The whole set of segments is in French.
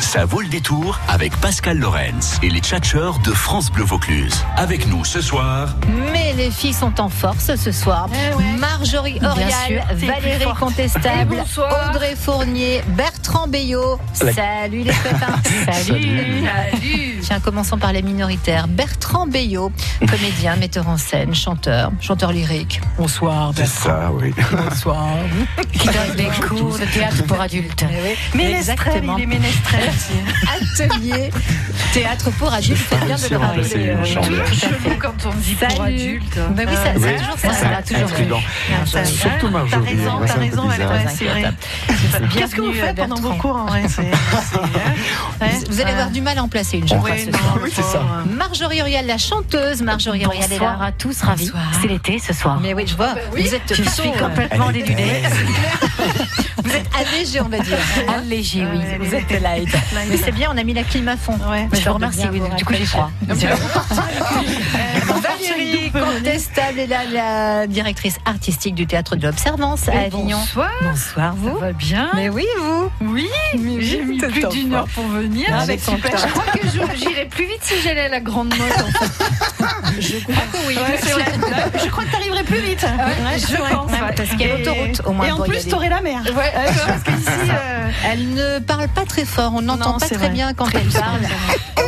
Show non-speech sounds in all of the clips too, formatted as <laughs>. Ça vaut le détour avec Pascal Lorenz et les tchatcheurs de France Bleu Vaucluse. Avec nous ce soir, Mais les filles sont en force ce soir. Eh ouais. Marjorie Bien sûr, Orial, c'est plus Valérie fort. Et Contestable, bonsoir. Audrey Fournier, Bertrand Bayot. Salut les copains. <laughs> Salut. Tiens, commençons par les minoritaires. Bertrand Bayot, comédien, metteur en scène, chanteur, chanteur lyrique. Bonsoir, C'est Bertrand. ça, oui. <laughs> Bonsoir. Qui donne des cours de théâtre pour adultes. Ménestrel, Eh Exactement. il est ménestrel. Atelier, théâtre pour adultes. Faites bien de réussi le à remplacer rappeler. une euh, chambre. tout à fait. Chelou quand on dit pour Salut. adultes. hein. Ben oui, ça- c'est Oui. toujours ça. Ça, ça, toujours. Intrigant. Ça, Hein, Surtout ah, Marjorie, T'as raison, ouais, t'as c'est un raison, peu Valérie, bizarre. ouais, c'est vrai. Qu'est-ce que vous Bienvenue, faites pendant Bertrand. vos cours en vrai c'est- c'est- ouais. Vous allez avoir du mal à en placer une, je Ouais, crois, ce non, soir. Oui, c'est ça. Oh, fort. Marjorie Orial, la chanteuse Marjorie Orial est là. Bonsoir à tous, ravis. Bonsoir. C'est l'été ce soir. Mais oui, je vois. Vous êtes Je plutôt, suis euh, complètement Elle est dénudée. <laughs> vous êtes allégé, on va dire. Allégée, oui. Ouais, Vous ouais, êtes light. Mais c'est bien, on a mis la clim à fond. Ouais. Mais Je vous remercie, oui, Oh, du coup j'ai froid. Euh, Valérie Contestable est là, la directrice artistique du théâtre de l'Observance à Avignon. Bonsoir. Bonsoir Ça vous. va bien Mais oui, vous. Oui, Mais j'ai oui, mis tout plus en d'une forme. heure pour venir. Ah, C'est avec son super. temps. Je <laughs> crois que je- j'irai plus vite si j'allais à la grande mode. en fait. oui. Ouais, c'est vrai. Je crois que t'arriverais plus vite. Ah je pense. ouais, parce qu'il y a Et- l'autoroute, au moins, Et en pour y plus, aller. t'aurais la mer. Ouais, parce que ici, euh, Elle ne parle pas très fort, on n'entend Non, pas c'est très vrai. bien quand elle parle.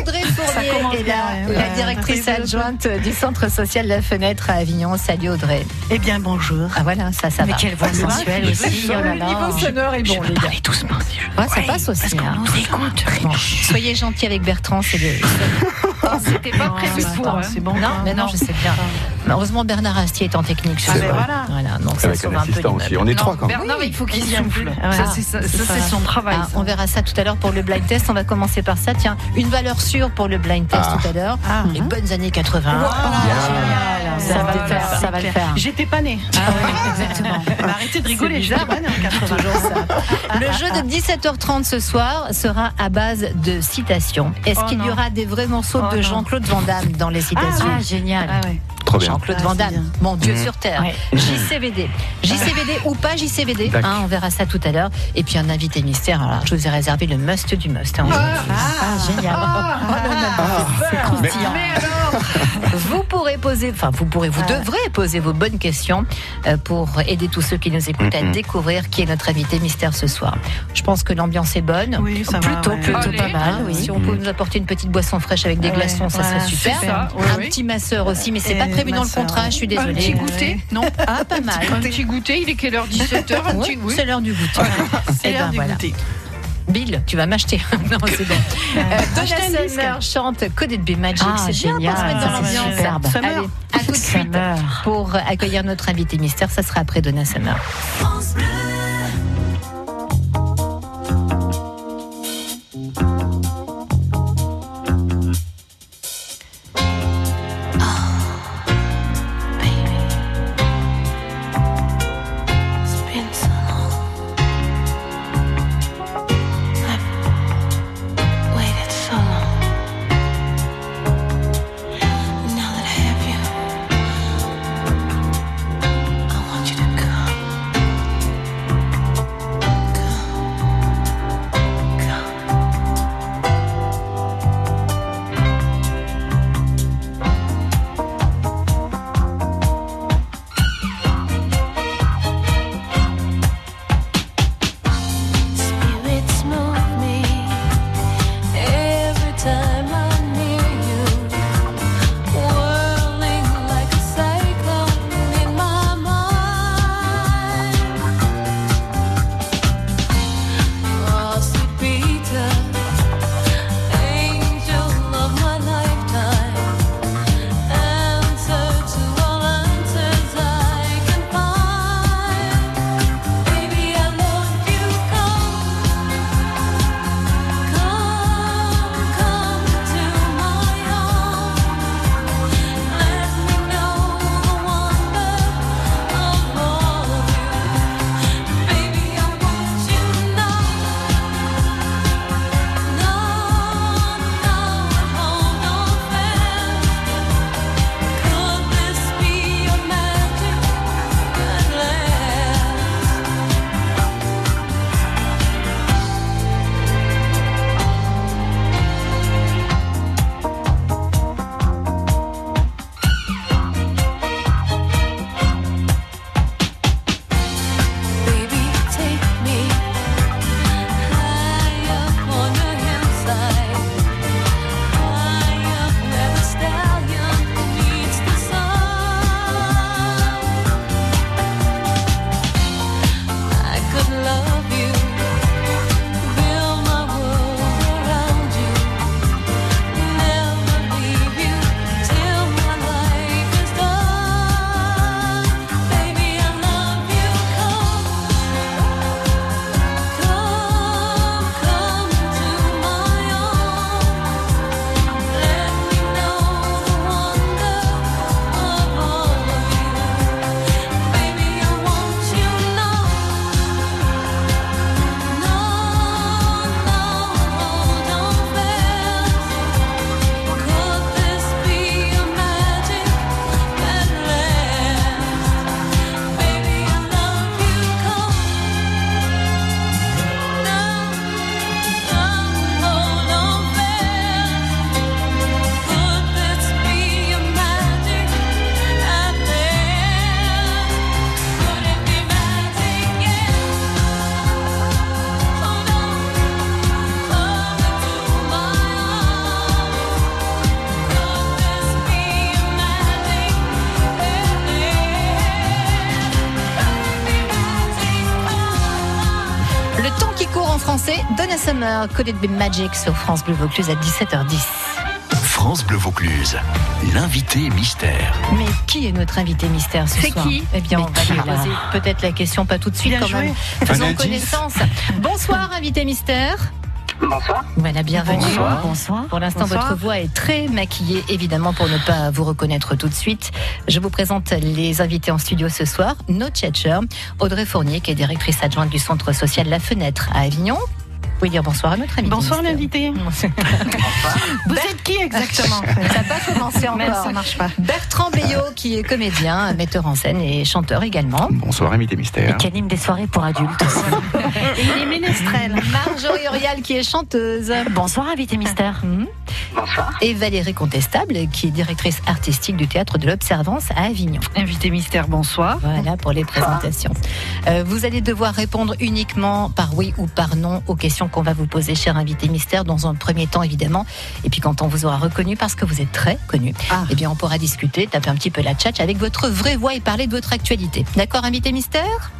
Audrey commence Fournier est là, bien, ouais. la Ouais. directrice Audrey adjointe du Centre social La Fenêtre à Avignon. Salut Audrey. Eh bien, bonjour. Ah voilà, ça, ça Mais va. quelle voix Ça va sensuelle aussi. Oh là là. sonore est bon, les gars. Ouais, ça passe aussi. hein. Bon, soyez gentil avec Bertrand, <laughs> c'est le. Oh, C'était pas prévu attends, pour. hein. c'est bon. Non, mais non, je sais bien. Heureusement, Bernard Astier est en technique. ce Ah, soir. ben voilà. donc ça Avec un sauve un peu assistant l'immeuble. aussi. On est trois quand même. Bernard, il faut qu'il il souffle. souffle. Ça, Voilà. c'est ça- C'est ça, ça. c'est son travail. Ah, ça. on verra ça tout à l'heure pour le blind test. On va commencer par ça. Tiens, une valeur sûre pour le blind test Ah. tout à l'heure. Ah. Les bonnes années 80. Génial. Ça va le faire, ça va le faire. J'étais pas née. Ah ouais, <laughs> exactement. Bah, Arrêtez de rigoler, C'est j'étais pas née en 80. Toujours ça. Le jeu de 17h30 ce soir sera à base de citations. Est-ce Oh qu'il y non. aura des vrais morceaux Oh de non. Jean-Claude Van Damme dans les citations Ah, génial. Trop bien. Jean-Claude Ah, Van c'est Damme, bien. mon Dieu sur Terre. Ouais. JCVD. JCVD ou pas JCVD D'accord. hein, On verra ça tout à l'heure. Et puis un invité mystère. Alors, je vous ai réservé le must du must. hein. Ah, génial. Ah, Croustillant. Vous pourrez poser, enfin vous pourrez, vous Ah. devrez poser vos bonnes questions euh, pour aider tous ceux qui nous écoutent à découvrir qui est notre invité mystère ce soir. Je pense que l'ambiance est bonne. Oui, ça va, plutôt, ouais. plutôt Allez. pas mal. Si on peut nous apporter une petite boisson fraîche avec des Ouais, glaçons, ça voilà, serait super. c'est ça, oui, un oui. petit masseur aussi, mais c'est Et pas prévu dans le masseur, contrat. ouais. Je suis Eh, désolée. Un petit Ouais. goûter Non, Ah, pas mal. un petit goûter, il est quelle heure 17h Un Ouais, petit goûter c'est l'heure du goûter. <laughs> C'est Eh ben, l'heure du voilà. goûter. Bill, tu <laughs> vas m'acheter. non, c'est bon. Euh, Achetez un Donna disque. Summer chante Could It Be Magic. Ah, c'est bien génial. pour se mettre dans Ça, c'est l'ambiance. superbe. Summer. Allez, à tout de suite Summer. pour accueillir notre invité mystère. Ça sera après Donna Summer. I want you to come. Donna Summer, Could It Be Magic sur France Bleu Vaucluse à 17h10. France Bleu Vaucluse, l'invité mystère. Mais qui est notre invité mystère ce C'est soir qui Eh bien, on va qui, lui là poser peut-être la question, pas tout de suite Bien quand joué. même. Faisons indice. connaissance. Bonsoir, invité mystère. Bonsoir. Voilà, bienvenue. Bonsoir. Bonsoir. Pour l'instant, Bonsoir. votre voix est très maquillée, évidemment, pour ne pas vous reconnaître tout de suite. Je vous présente les invités en studio ce soir. Nos tchatchers, Audrey Fournier, qui est directrice adjointe du centre social La Fenêtre à Avignon. Vous pouvez dire bonsoir à notre invité. Bonsoir mystère. <laughs> l'invité. Vous êtes qui exactement Ça n'a pas commencé <laughs> Merde, encore. ça marche pas. Bertrand Bayot, qui est comédien, metteur en scène et chanteur également. Bonsoir, invité Et mystère. qui anime des soirées pour adultes. Et il est ménestrel. Marjorie Orial, qui est chanteuse. Bonsoir, invité mystère. Mhm. Bonsoir. Et Valérie Contestable, qui est directrice artistique du théâtre de l'Observance à Avignon. Invité mystère, bonsoir. Voilà pour les présentations. Euh, vous allez devoir répondre uniquement par oui ou par non aux questions qu'on va vous poser, cher invité mystère, dans un premier temps évidemment. Et puis quand on vous aura reconnu, parce que vous êtes très connu, Ah. eh bien on pourra discuter, taper un petit peu la tchatche avec votre vraie voix et parler de votre actualité. D'accord, invité mystère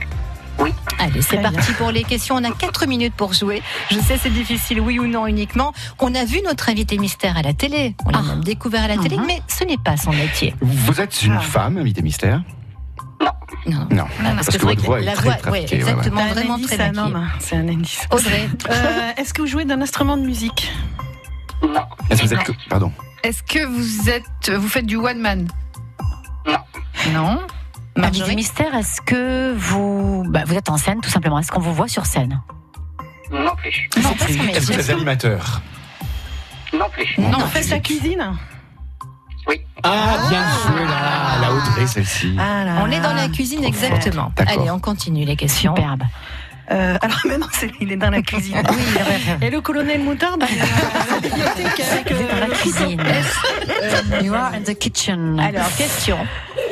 Oui. Allez, c'est Très parti pour les questions. On a 4 minutes pour jouer. Je sais, c'est difficile, oui ou non uniquement. On a vu notre invité mystère à la télé. On l'a Ah. même découvert à la télé, Mhm. mais ce n'est pas son métier. Vous êtes une Ah. femme, invité mystère Non. Non. non, parce, parce que que, c'est vrai votre que voix est la très voix- trafiquée. ouais, ouais, ouais. exactement. C'est un Vraiment indice, très c'est un maquillé. homme. C'est un indice. <laughs> Audrey, Euh, Est-ce que vous jouez d'un instrument de musique Non. Est-ce que vous êtes. Pardon. Est-ce que vous êtes, vous faites du one man Non. Non. Invité Marjorie mystère, est-ce que vous, bah, vous êtes en scène tout simplement Est-ce qu'on vous voit sur scène Non plus. Non, pas son Est-ce que métier. vous êtes animateur Non plus. Non, Non, vous faites vous la êtes- cuisine Ah, bien joué là La Audrey, celle-ci. ah là On est dans là. la cuisine, Trop exactement. fort. D'accord. Allez, on continue les questions. Superbe. Euh, <laughs> alors maintenant, c'est- il est dans la cuisine. <laughs> Et le colonel Moutarde il est à la bibliothèque avec, Vous euh, êtes dans la cuisine. <laughs> You are Ah, in the kitchen. Euh, Alors, question.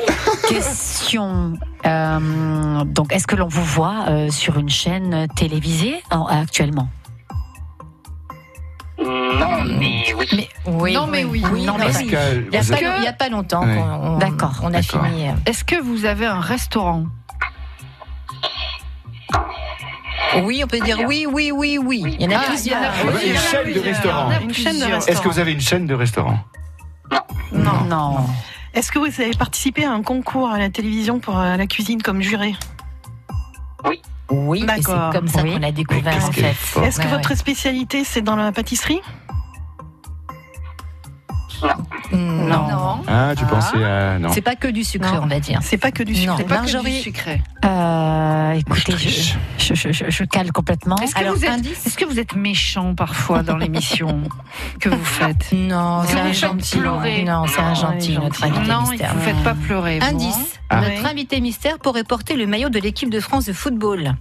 <laughs> Question. Euh, donc, est-ce que l'on vous voit euh, sur une chaîne télévisée en- actuellement Non, mais oui. Mais, oui, Non, mais oui. non, mais Est-ce oui. que Il n'y a, vous pas- êtes- il y a pas longtemps Ouais. qu'on on- D'accord, on a d'accord. fini. euh, Est-ce que vous avez un restaurant Oui, on peut dire oui, oui, oui, oui. Il y en a Ah, plusieurs. il y en a Une plusieurs. chaîne de Il y en a restaurants. plusieurs. Une Une chaîne chaîne de de Est-ce que restaurants. vous avez une chaîne de restaurant Non. Non. Est-ce que vous avez participé à un concours à la télévision pour euh, la cuisine comme juré Oui, et D'accord. c'est comme ça Oui. qu'on l'a découvert, qu'est-ce en qu'elle fait. est forte. Est-ce que Ouais, votre spécialité c'est dans la pâtisserie ouais. Mm, Non. Non. Ah, tu pensais à. Non. C'est pas que du sucré, Non. on va dire. C'est pas que du Non. sucre. C'est pas que Marjorie. du sucré. Euh, Moi, je écoutez, triche. je, je, je- je- je cale complètement. Est-ce que, Alors, vous êtes, indice est-ce que vous êtes méchant parfois dans l'émission que vous faites Non, Vous c'est nous un faites gentil. pleurer. Non, c'est un Non, gentil, il est notre gentil. invité Non, il mystère. ne vous faites pas pleurer. vous, hein Indice. Ah. Notre Oui. invité mystère pourrait porter le maillot de l'équipe de France de football.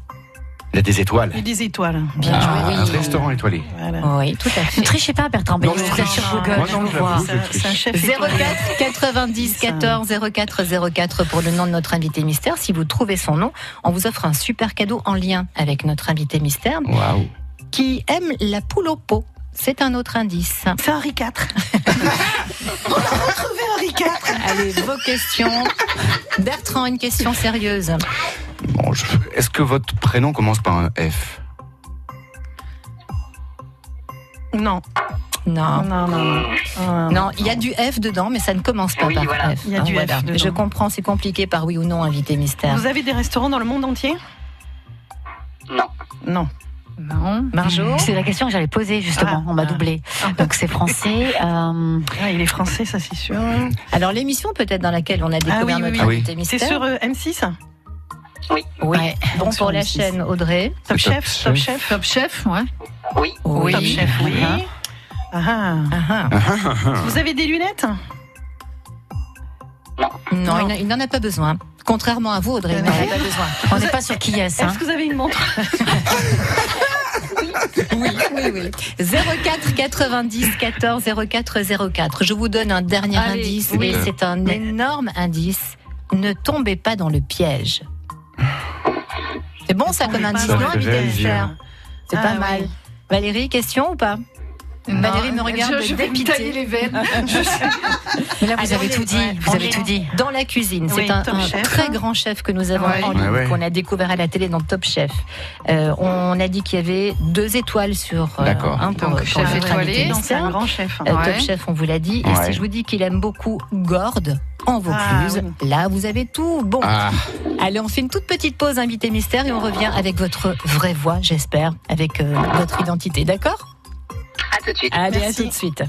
Il y a des étoiles. Et des étoiles. Bien Ah, joué. un restaurant étoilé. Voilà. Oui, tout à Ne fait. trichez pas, Bertrand. Non, Bayeux, je vous triche. êtes sur Google, Moi, je non, vous je vois. l'avoue. C'est un- C'est un chef étoilé. 04 90 14 04 04 pour le nom de notre invité mystère. Si vous trouvez son nom, on vous offre un super cadeau en lien avec notre invité mystère Waouh. qui aime la poule au pot. C'est un autre indice. C'est Henri IV. <laughs> On a retrouvé Henri IV. Allez, vos questions. Bertrand, une question sérieuse. Bon, je- Est-ce que votre prénom commence par un F Non, Non. non, non, non. non. Non, il y a du F dedans, mais ça ne commence pas Oui, par voilà. F. Ah, Il y a du F dedans. Je comprends, c'est compliqué par oui ou non, invité mystère. Vous avez des restaurants dans le monde entier Non. Non. Non. Marjo Mm. C'est la question que j'allais poser justement. Ah. On m'a doublé. Donc c'est français. euh, Mm. Ah, il est français, ça c'est sûr. Alors l'émission peut-être dans laquelle on a découvert oui, oui, notre oui. Ah oui. invité C'est mystère. sur euh, M6 Oui. Ouais. Bon Donc, pour sur la M6. chaîne Audrey. Top Top Chef Top Chef. Chef Top chef, ouais. Oui. Oui. Top Chef, oui. Ah. Ah, ah. Ah, ah. Vous avez des lunettes Non, Non. il n'a- il n'en a pas besoin. Contrairement à vous, Audrey, il n'en a Ouais. pas besoin. On n'est pas sur qui est-ce. hein. Est-ce que vous avez une montre Oui, oui, oui. 04 90 14 04 04. Je vous donne un dernier Allez, indice, oui. et c'est un énorme indice. Ne tombez pas dans le piège. C'est bon ça comme indice, dans non, le invité piège. mystère C'est Ah, pas oui. mal. Valérie, question ou pas Valérie me regarde je, je vais me tailler dépitée. les <laughs> veines. Mais là, vous Alors, avez on tout est- dit. ouais, vous on avez est tout dit. Dans la cuisine, Oui, c'est un, Top un Chef. très grand chef que nous avons Ouais. en ligne, Ouais, ouais. qu'on a découvert à la télé dans Top Chef. Euh, on a dit qu'il y avait deux étoiles sur euh, D'accord. un pour, Donc, pour chef neutralité étoilé, Non, des c'est un stars. grand chef. Euh, Top Ouais. Chef, on vous l'a dit. Et Ouais. si je vous dis qu'il aime beaucoup Gordes en Ah, Vaucluse, là vous avez tout. Bon, Ah, allez, on fait une toute petite pause, invité mystère, et on revient avec votre vraie voix, j'espère, avec euh, votre identité, d'accord À tout de suite. Allez, Merci. à tout de suite.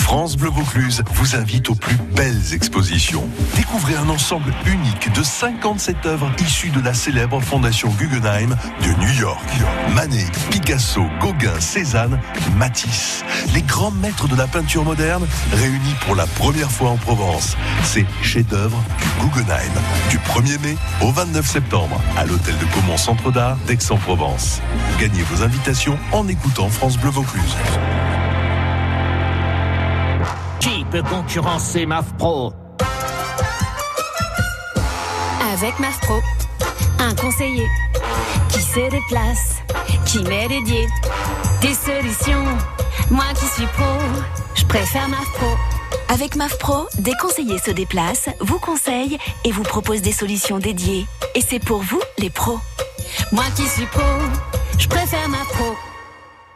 France Bleu Vaucluse vous invite aux plus belles expositions. Découvrez un ensemble unique de 57 œuvres issues de la célèbre fondation Guggenheim de New York. Manet, Picasso, Gauguin, Cézanne, Matisse, les grands maîtres de la peinture moderne réunis pour la première fois en Provence. Ces chefs-d'œuvre du Guggenheim du 1er mai au 29 septembre à l'hôtel de Caumont Centre d'Art d'Aix-en-Provence. Gagnez vos invitations en écoutant France Bleu Vaucluse. Qui peut concurrencer MAF Pro Avec MAFPRO, un conseiller qui se déplace, qui m'est dédié. Des solutions, moi qui suis pro, je préfère MAFPRO. Avec MAFPRO, des conseillers se déplacent, vous conseillent et vous proposent des solutions dédiées. Et c'est pour vous, les pros. Moi qui suis pro, je préfère MAFPRO.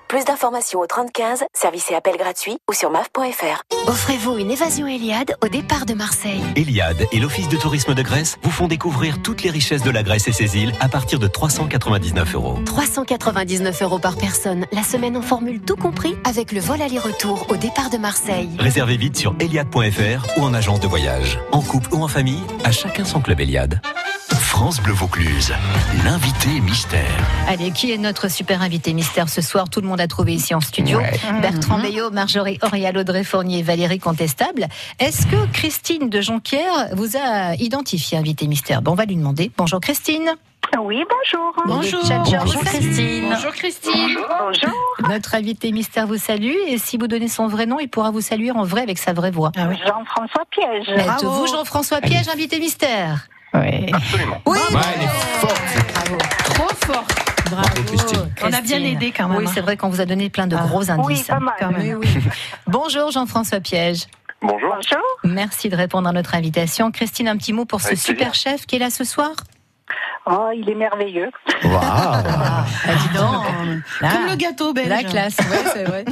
Plus d'informations au 3015, service et appel gratuit ou sur maf.fr. Offrez-vous une évasion Eliade au départ de Marseille. Eliade et l'Office de tourisme de Grèce vous font découvrir toutes les richesses de la Grèce et ses îles à partir de 399 euros. 399 euros par personne, la semaine en formule tout compris avec le vol aller-retour au départ de Marseille. Réservez vite sur Eliade.fr ou en agence de voyage. En couple ou en famille, à chacun son club Eliade. France Bleu Vaucluse, l'invité mystère. Allez, qui est notre super invité mystère ce soir Tout le monde a trouvé ici en studio. Ouais. Bertrand Bayot, Marjorie Aurial, Audrey Fournier, Valérie Contestable. Est-ce que Christine de Jonquière vous a identifié invité mystère Bon, on va lui demander. Bonjour Christine. Oui, bonjour. Bonjour. Bonjour Christine. Bonjour Christine. Bonjour. Bonjour, Notre invité mystère vous salue et si vous donnez son vrai nom, il pourra vous saluer en vrai avec sa vraie voix. Ah oui. Jean-François Piège. Êtes-vous Jean-François Piège, invité mystère Ouais. Absolument. Oui. ouais, elle est forte. Bravo. Trop fort. Bravo. Christine. On a bien aidé quand même. Oui, c'est vrai qu'on vous a donné plein de Ah. gros indices. hein. Quand même. Oui, oui. <laughs> Bonjour Jean-François Piège. Bonjour. Bonjour. Merci de répondre à notre invitation. Christine, un petit mot pour ce Avec plaisir. super chef qui est là ce soir Oh, il est merveilleux. Waouh. dis donc. Ah. Comme le gâteau belge. La classe, ouais, c'est <laughs> vrai.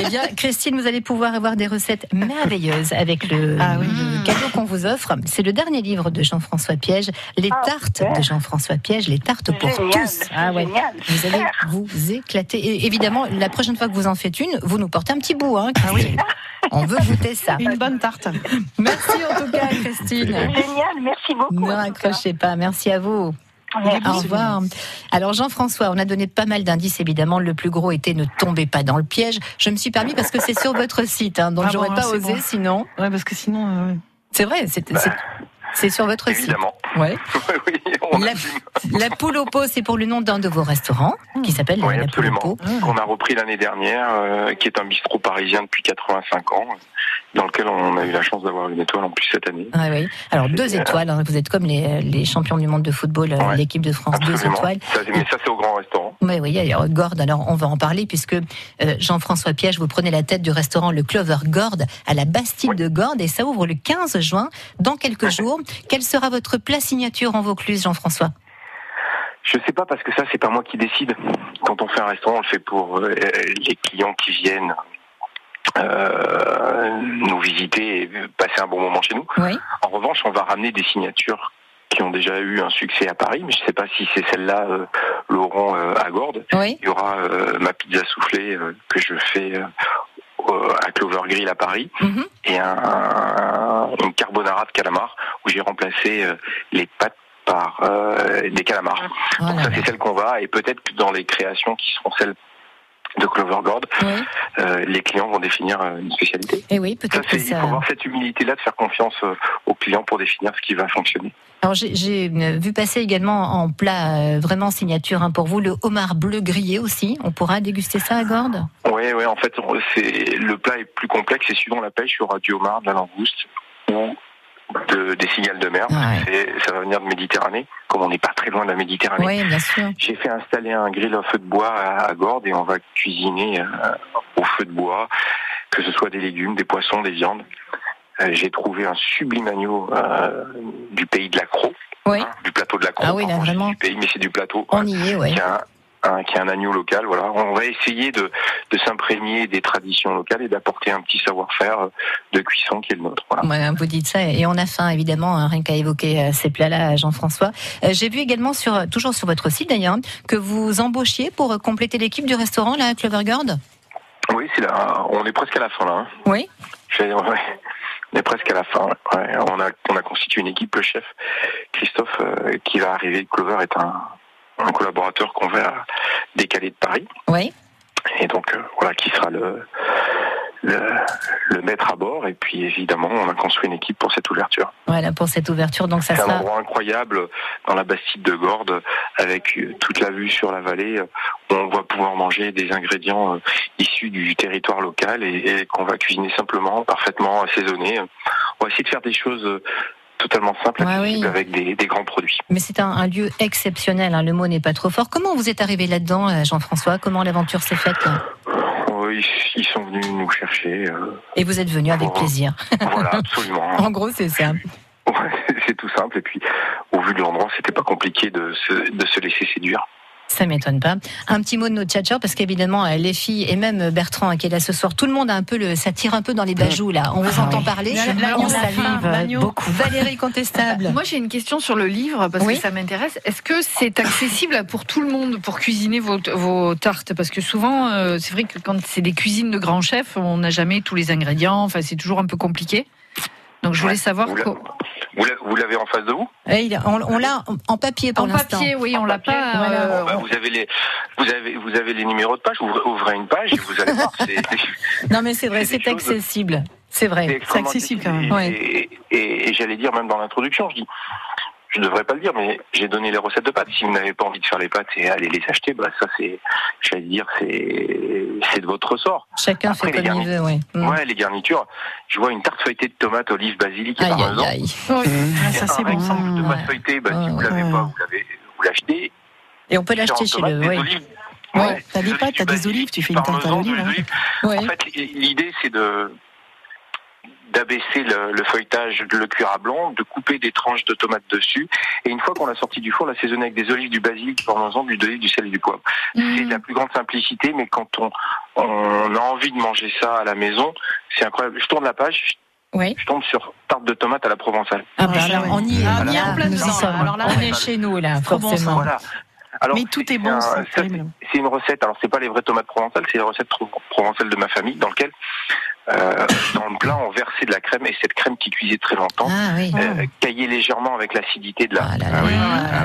eh bien, Christine, vous allez pouvoir avoir des recettes merveilleuses avec le, Ah oui. le cadeau qu'on vous offre. C'est le dernier livre de Jean-François Piège, Les Ah, tartes super. de Jean-François Piège, les tartes pour génial. tous. Ah ouais. Génial. Vous allez vous éclater. Et évidemment, la prochaine fois que vous en faites une, vous nous portez un petit bout. Hein, Christine. On veut goûter ça. Ah Une bonne tarte. Merci en tout cas, Christine. Génial, merci beaucoup. Ne en tout cas. raccrochez pas. Merci à vous. Merci. Au revoir. Alors Jean-François, on a donné pas mal d'indices évidemment. Le plus gros était ne tombez pas dans le piège. Je me suis permis parce que c'est sur votre site, hein, donc Ah j'aurais bon, pas c'est osé bon. sinon. Ouais, parce que sinon. euh, C'est vrai, c'est c'est- c'est sur votre Bah, Évidemment. site. <laughs> Ouais. oui, on La, assume. la poule au pot, c'est pour le nom d'un de vos restaurants Hmm. qui s'appelle Oui, la poule au absolument. pot. qu'on a repris l'année dernière, euh, qui est un bistrot parisien depuis 85 ans, euh, dans lequel on a eu la chance d'avoir une étoile en plus cette année. Ah oui. Alors deux Génial. étoiles. hein. Vous êtes comme les, les champions du monde de football, euh, Ouais. l'équipe de France deux Absolument. étoiles. Ça, c'est- mais ça, c'est au grand restaurant. Oui, oui, alors Gordes, alors on va en parler puisque euh, Jean-François Piège, vous prenez la tête du restaurant Le Clover Gordes à la Bastille Oui. de Gordes et ça ouvre le 15 juin, dans quelques jours. Quel sera votre plat signature en Vaucluse, Jean-François Je sais pas parce que ça, c'est pas moi qui décide. Quand on fait un restaurant, on le fait pour euh, les clients qui viennent euh, nous visiter et passer un bon moment chez nous. Oui. En revanche, on va ramener des signatures qui ont déjà eu un succès à Paris, mais je sais pas si c'est celle-là, euh, Laurent euh, à Gordes. Oui. Il y aura euh, ma pizza soufflée euh, que je fais euh, euh, à Clover Grill à Paris Mhm. et un, un- une carbonara de calamar où j'ai remplacé euh, les pâtes par euh, des calamars. Donc Voilà. ça c'est celle qu'on va et peut-être que dans les créations qui seront celles de Clover Gourd, Oui. euh, les clients vont définir euh, une spécialité. Et oui, Ça, peut-être c'est, que il faut ça. avoir cette humilité-là de faire confiance euh, aux clients pour définir ce qui va fonctionner. Alors j'ai- j'ai euh, vu passer également en plat euh, vraiment signature hein, pour vous le homard bleu grillé aussi. On pourra déguster ça à Gordes. Oui, ouais, en fait, on- c'est, le plat est plus complexe et suivant la pêche, il y aura du homard, de la langouste ou de de, des cigales de mer. parce que c'est- Ça va venir de Méditerranée, comme on n'est pas très loin de la Méditerranée. Oui, bien sûr. J'ai fait installer un grill à feu de bois à, à Gordes et on va cuisiner euh, au feu de bois, que ce soit des légumes, des poissons, des viandes. Euh, J'ai trouvé un sublime agneau euh, du pays de la Croix, Hein, Oui. du plateau de la Croix. Ah oui, là, vraiment. du pays, mais c'est du plateau. On y est, ouais. Qui a un, un- qui a un agneau local, voilà. On va essayer de, de s'imprégner des traditions locales et d'apporter un petit savoir-faire de cuisson qui est le nôtre. Voilà. Voilà, euh, vous dites ça et on a faim évidemment, hein, rien qu'à évoquer euh, ces plats-là, Jean-François. Euh, J'ai vu également sur, euh, toujours sur votre site d'ailleurs, hein, que vous embauchiez pour euh, compléter l'équipe du restaurant là à Clovergord. Oui, c'est là. On est presque à la fin là. hein. Oui. Je vais- ouais, ouais. On est presque à la fin. ouais. Ouais, On, a, on a constitué une équipe. Le chef, Christophe, euh, qui va arriver de Clover, est un, un collaborateur qu'on va décaler de Paris. Oui. Et donc, euh, voilà, qui sera le, le, le maître à bord. Et puis, évidemment, on a construit une équipe pour cette ouverture. Voilà pour cette ouverture, donc ça C'est un sera. endroit incroyable dans la Bastide de Gordes, avec euh, toute la vue sur la vallée, euh, où on va pouvoir manger des ingrédients euh, issus du territoire local et, et qu'on va cuisiner simplement, parfaitement assaisonné. On va essayer de faire des choses euh, totalement simples, Ouais, accessibles, oui. avec des, des grands produits. Mais c'est un, un lieu exceptionnel. hein, le mot n'est pas trop fort. Comment vous êtes arrivé là-dedans, euh, Jean-François Comment l'aventure s'est faite là Oh, ils, ils sont venus nous chercher. euh, Et vous êtes venu avec plaisir. <laughs> voilà, absolument. en gros, c'est ça. <laughs> C'est tout simple. Et puis, au vu de l'endroit, c'était pas compliqué de se- de se laisser séduire. Ça m'étonne pas. Un petit mot de nos tchatcheurs, parce qu'évidemment, euh, les filles et même euh, Bertrand hein, qui est là ce soir, tout le monde a un peu le, ça tire un peu dans les bajoux là. On Ah vous entend parler. on salive. euh, beaucoup. Valérie Contestable. Moi, j'ai une question sur le livre parce Oui. que ça m'intéresse. Est-ce que c'est accessible pour tout le monde pour cuisiner vos, vos tartes Parce que souvent, euh, c'est vrai que quand c'est des cuisines de grands chefs, on n'a jamais tous les ingrédients. Enfin, c'est toujours un peu compliqué. Donc, je voulais savoir. Vous l'a- co- vous l'a- vous l'avez en face de vous Eh, il a- on on l'a en- en papier pour En l'instant. papier, oui, on l'a pas. euh, Bah, vous avez les, vous avez, vous avez les numéros de page. Ouvrez, ouvrez une page et vous allez <laughs> voir. C'est Non, mais c'est vrai, c'est accessible. C'est vrai, c'est accessible quand même. Ouais. et, et- et j'allais dire même dans l'introduction, je dis, je ne devrais pas le dire, mais j'ai donné les recettes de pâtes. Si vous n'avez pas envie de faire les pâtes et aller les acheter, bah ça c'est, j'allais dire, c'est, c'est de votre ressort. Chacun Après, fait les comme il garnitures. veut, ouais. Mm. Ouais, les garnitures. Je vois une tarte feuilletée de tomates, olives, basilic et Aïe, parmesan. aïe, aïe. Il y a un exemple de pâte feuilletée. Bah, si vous l'avez pas, vous l'avez, vous l'achetez. Et on peut l'acheter chez Différentes le. tomates, ouais. des olives, Ouais. T'as des pâtes, t'as des olives, tu fais une tarte à parmesan, de l'olive. hein. l'olive. En fait, l'idée, c'est de d'abaisser le, le feuilletage, le cuir à blanc, de couper des tranches de tomates dessus, et une fois qu'on l'a sorti du four, la saisonner avec des olives, du basilic, du parmesan, du d'olive, du sel et du poivre. C'est de la plus grande simplicité, mais quand on, on a envie de manger ça à la maison, c'est incroyable. Je tourne la page, je, Oui. je tombe sur tarte de tomate à la provençale. Ah, bah, ben alors, on y est, Ah, on y on est en est, plein nous y dedans, sommes. là. Alors là, on est ouais. chez nous, là, Trop bon, ça. forcément. Voilà. Alors, Mais tout est c'est bon, un- c'est ça, C'est une recette. Alors, c'est pas les vraies tomates provençales, c'est les recettes tro- provençales de ma famille, dans lequel, euh, dans le plat, on versait de la crème et cette crème qui cuisait très longtemps, Ah euh, caillait légèrement avec l'acidité de la, ah de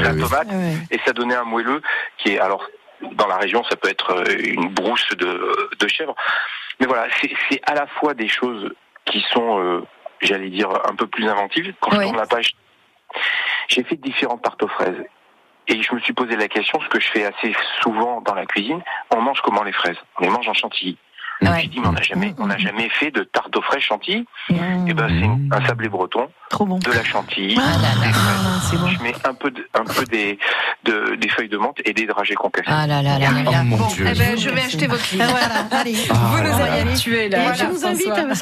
la Ah tomate, et ça donnait un moelleux qui est alors. Dans la région, ça peut être euh, une brousse de, de chèvre. Mais voilà, c'est- c'est à la fois des choses qui sont, euh, j'allais dire, un peu plus inventives. Quand je tourne la page, j'ai fait différentes tartes aux fraises. Et je me suis posé la question, ce que je fais assez souvent dans la cuisine, on mange comment les fraises On les mange en chantilly. Je me suis dit, mais on n'a jamais, on n'a jamais fait de tarte aux fraises chantilly. Et ben, c'est une- un sablé breton, de la chantilly, Ah des fraises. je mets un peu, de- un peu des, de- des feuilles de menthe et des dragées concassées. Ah là là là là là. mon Bon, Dieu. eh ben, je vais acheter votre livre. Ah, vous nous voilà. avez habitués là. Et tu nous invites parce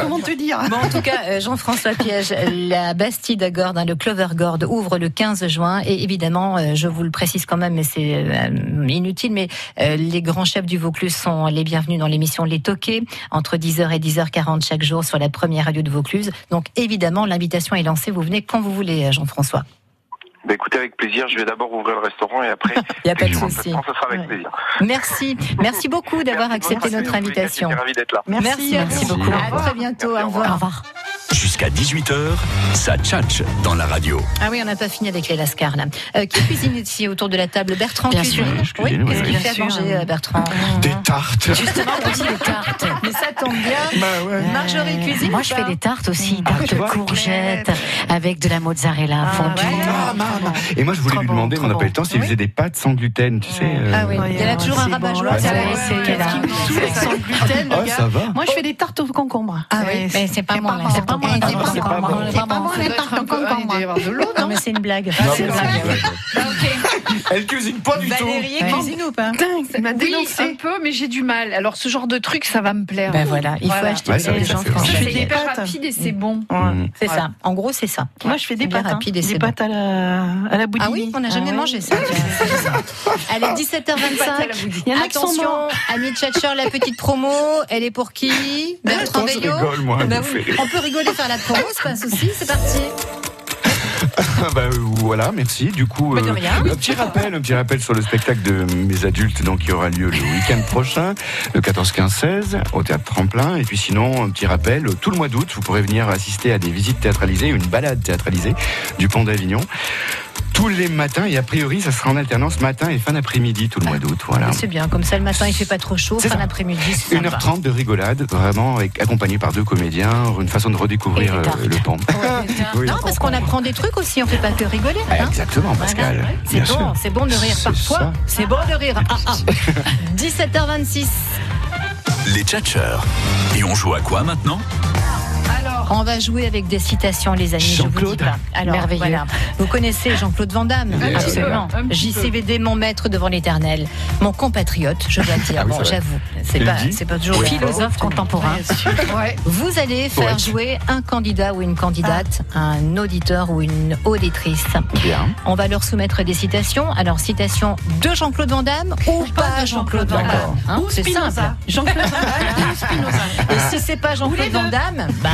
<laughs> comment te dire Bon, en tout cas, euh, Jean-François Piège, la Bastide à Gordes, hein, le Clover Gordes, ouvre le 15 juin. Et évidemment, euh, je vous le précise quand même, mais c'est euh, inutile, mais euh, les grands chefs du Vaucluse sont les bienvenus dans l'émission Les Toqués, entre 10h et 10h40 chaque jour sur la première radio de Vaucluse. Donc évidemment, l'invitation est lancée. Vous venez quand vous voulez, euh, Jean-François. Bah, écoutez, avec plaisir, je vais d'abord ouvrir le restaurant et après, Il <laughs> y a pas de je rentre souci. dedans, Ce sera avec plaisir. Merci. Merci beaucoup d'avoir accepté notre invitation. Ravi d'être là. Merci, merci beaucoup. À très bientôt. Au revoir. Au revoir. Jusqu'à 18h, ça tchatche dans la radio. Ah oui, on n'a pas fini avec les lascars là. Euh, qui cuisine ici autour de la table Bertrand Bien cuisine. sûr, je oui, cuisine, oui, qu'est-ce oui. qu'il Bien fait à sûr. manger, euh, Bertrand Des tartes. Justement, on dit <laughs> les tartes. Mais ça tombe bien. Euh, Marjorie cuisine. Bah Moi, ou je pas Ah, fais des tartes aussi, tartes courgettes avec de la mozzarella fondue. Et moi, je voulais lui demander, mais on n'a pas eu le temps, s'il faisait des pâtes sans gluten, tu sais. Ah euh, Il y en a toujours un rabat joie. c'est bon, Sans gluten, Ah, ça va. Moi, je fais des tartes au concombre. Ah oui, mais c'est pas moi. C'est pas moi. pas bon, c'est pas bon. C'est pas bon, Ça doit les être tartes un au peu- concombre. il doit y avoir de l'eau, non mais c'est une blague. Non, C'est une mais blague. Elle cuisine pas du Valérie, tout. cuisine ou pas Ça m'a dénoncé un peu, mais j'ai du mal. Alors ce genre de truc, ça va me plaire. Ben voilà, il faut acheter Ouais, ça, les ça gens fait qui vraiment ont C'est envie. hyper rapide et Mm. c'est bon. C'est Voilà. ça. En gros, c'est ça. Moi, je fais des C'est bien pâtes, hein. rapide et des c'est bon. pâtes à la, à la Ah boudini. oui, on n'a jamais ouais. mangé <laughs> ça. Allez, Pas la 17h25. boudine. Attention, Annie Tchatcher, la petite promo, elle est pour qui Bertrand Ah, Attends, je Bello rigole, moi, Bah elle me oui, fait rire. On peut rigoler, faire la promo, c'est pas un souci, c'est parti. bah, euh, voilà, merci. Du coup, euh, Bah, de rien. un petit rappel, un petit rappel sur le spectacle de mes adultes, donc qui aura lieu le week-end prochain, le 14, 15, 16, au théâtre Tremplin. Et puis sinon, un petit rappel, tout le mois d'août, vous pourrez venir assister à des visites théâtralisées, une balade théâtralisée du Pont d'Avignon. Tous les matins, et a priori, ça sera en alternance matin et fin d'après-midi, tout le mois d'août. Voilà. C'est bien, comme ça le matin il fait pas trop chaud, C'est fin ça. d'après-midi, c'est sympa. 1h30 de rigolade, vraiment avec- accompagné par deux comédiens, une façon de redécouvrir Et des euh, tartes. le pont. Oui. Non, parce qu'on apprend des trucs aussi, on fait pas que rigoler. Ah, hein. Exactement, Pascal. Voilà, ouais. Bien C'est bon, sûr. c'est bon de rire C'est parfois. ça. C'est bon de rire. Ah, <laughs> ah. 17h26. Les tchatcheurs. Et on joue à quoi maintenant On va jouer avec des citations, les amis. Je vous dis Jean-Claude. pas. Alors, Merveilleux. voilà. Vous connaissez Jean-Claude Van Damme, Bien sûr. absolument. Un petit peu. JCVD, mon maître devant l'éternel, mon compatriote, <laughs> je dois dire. Ah oui, bon, c'est vrai. j'avoue, c'est Il pas, dit. c'est pas toujours Oui. Philosophe contemporain. Vous allez faire Poète. jouer un candidat ou une candidate, Ah. un auditeur ou une auditrice. Bien. On va leur soumettre des citations. Alors, citation de Jean-Claude Van Damme ou pas Jean-Claude Van Damme. D'accord. Hein, c'est simple. Jean-Claude Van <laughs> Damme ou Spinoza. Et si c'est pas Jean-Claude Van Damme, bah,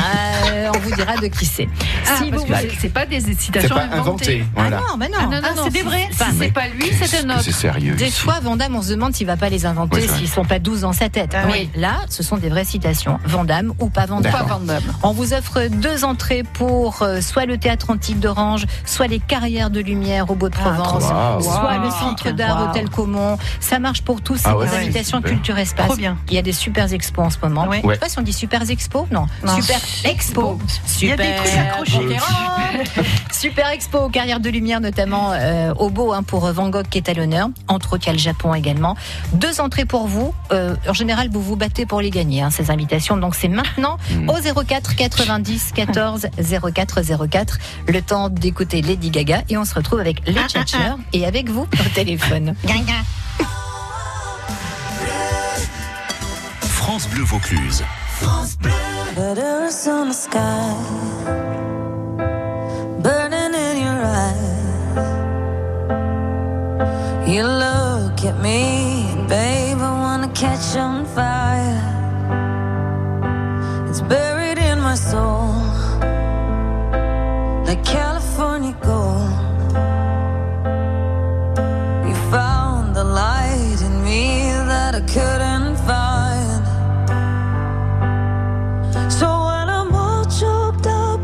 euh, on vous dira de qui c'est. Ah, Si parce vous que voulez- c'est- c'est pas des citations C'est pas inventé, inventées. voilà. Ah non, mais non. Ah non, non, Ah, non, c'est des si- vrais. si c'est pas lui, c'est Qu'est-ce un que autre. C'est sérieux. Des ici. fois, Van Damme, on se demande s'il va pas les Oui, inventer, c'est vrai. s'ils sont pas 12 dans sa tête. Ah Mais Là, ce sont des vraies citations. Van Damme ou pas Van Damme. Pas Van Damme. On vous offre deux entrées pour euh, soit le théâtre antique d'Orange, soit les carrières de lumière au Beau-de-Provence, trop bien. soit Ah, Wow. le centre d'art Wow. Hôtel Caumont. Ça marche pour tous, c'est Ah ouais, des c'est invitations super. culture espace. Trop bien. Il y a des super expos en ce moment. Ouais. Je sais pas si on dit super expos, non. Non. Super expo. Il y Super. a des trucs accrochés. <laughs> Super Expo aux carrières de lumière, notamment euh, au Beau hein, pour Van Gogh qui est à l'honneur. Entre autres, il y a le Japon également. Deux entrées pour vous. Euh, en général, vous vous battez pour les gagner, hein, ces invitations. Donc c'est maintenant au 04 90 14 04 04. Le temps d'écouter Lady Gaga et on se retrouve avec Ah, les tchatcheurs et avec vous au téléphone. France Bleu Vaucluse. Letters on the sky, burning in your eyes. You look at me, babe. I wanna catch on fire. It's buried in my soul, like California gold. You found the light in me that I couldn't find. So when I'm all choked up.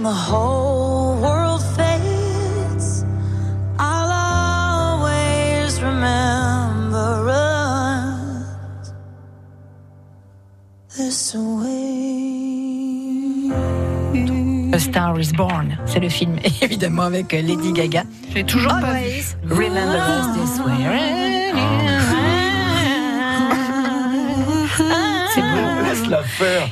whole world fades, I'll always remember us this way. A Star is Born, c'est le film, <laughs> évidemment, avec euh, Lady Gaga. J'ai toujours pas vu. Remember us this way. C'est beau. Laisse-la faire.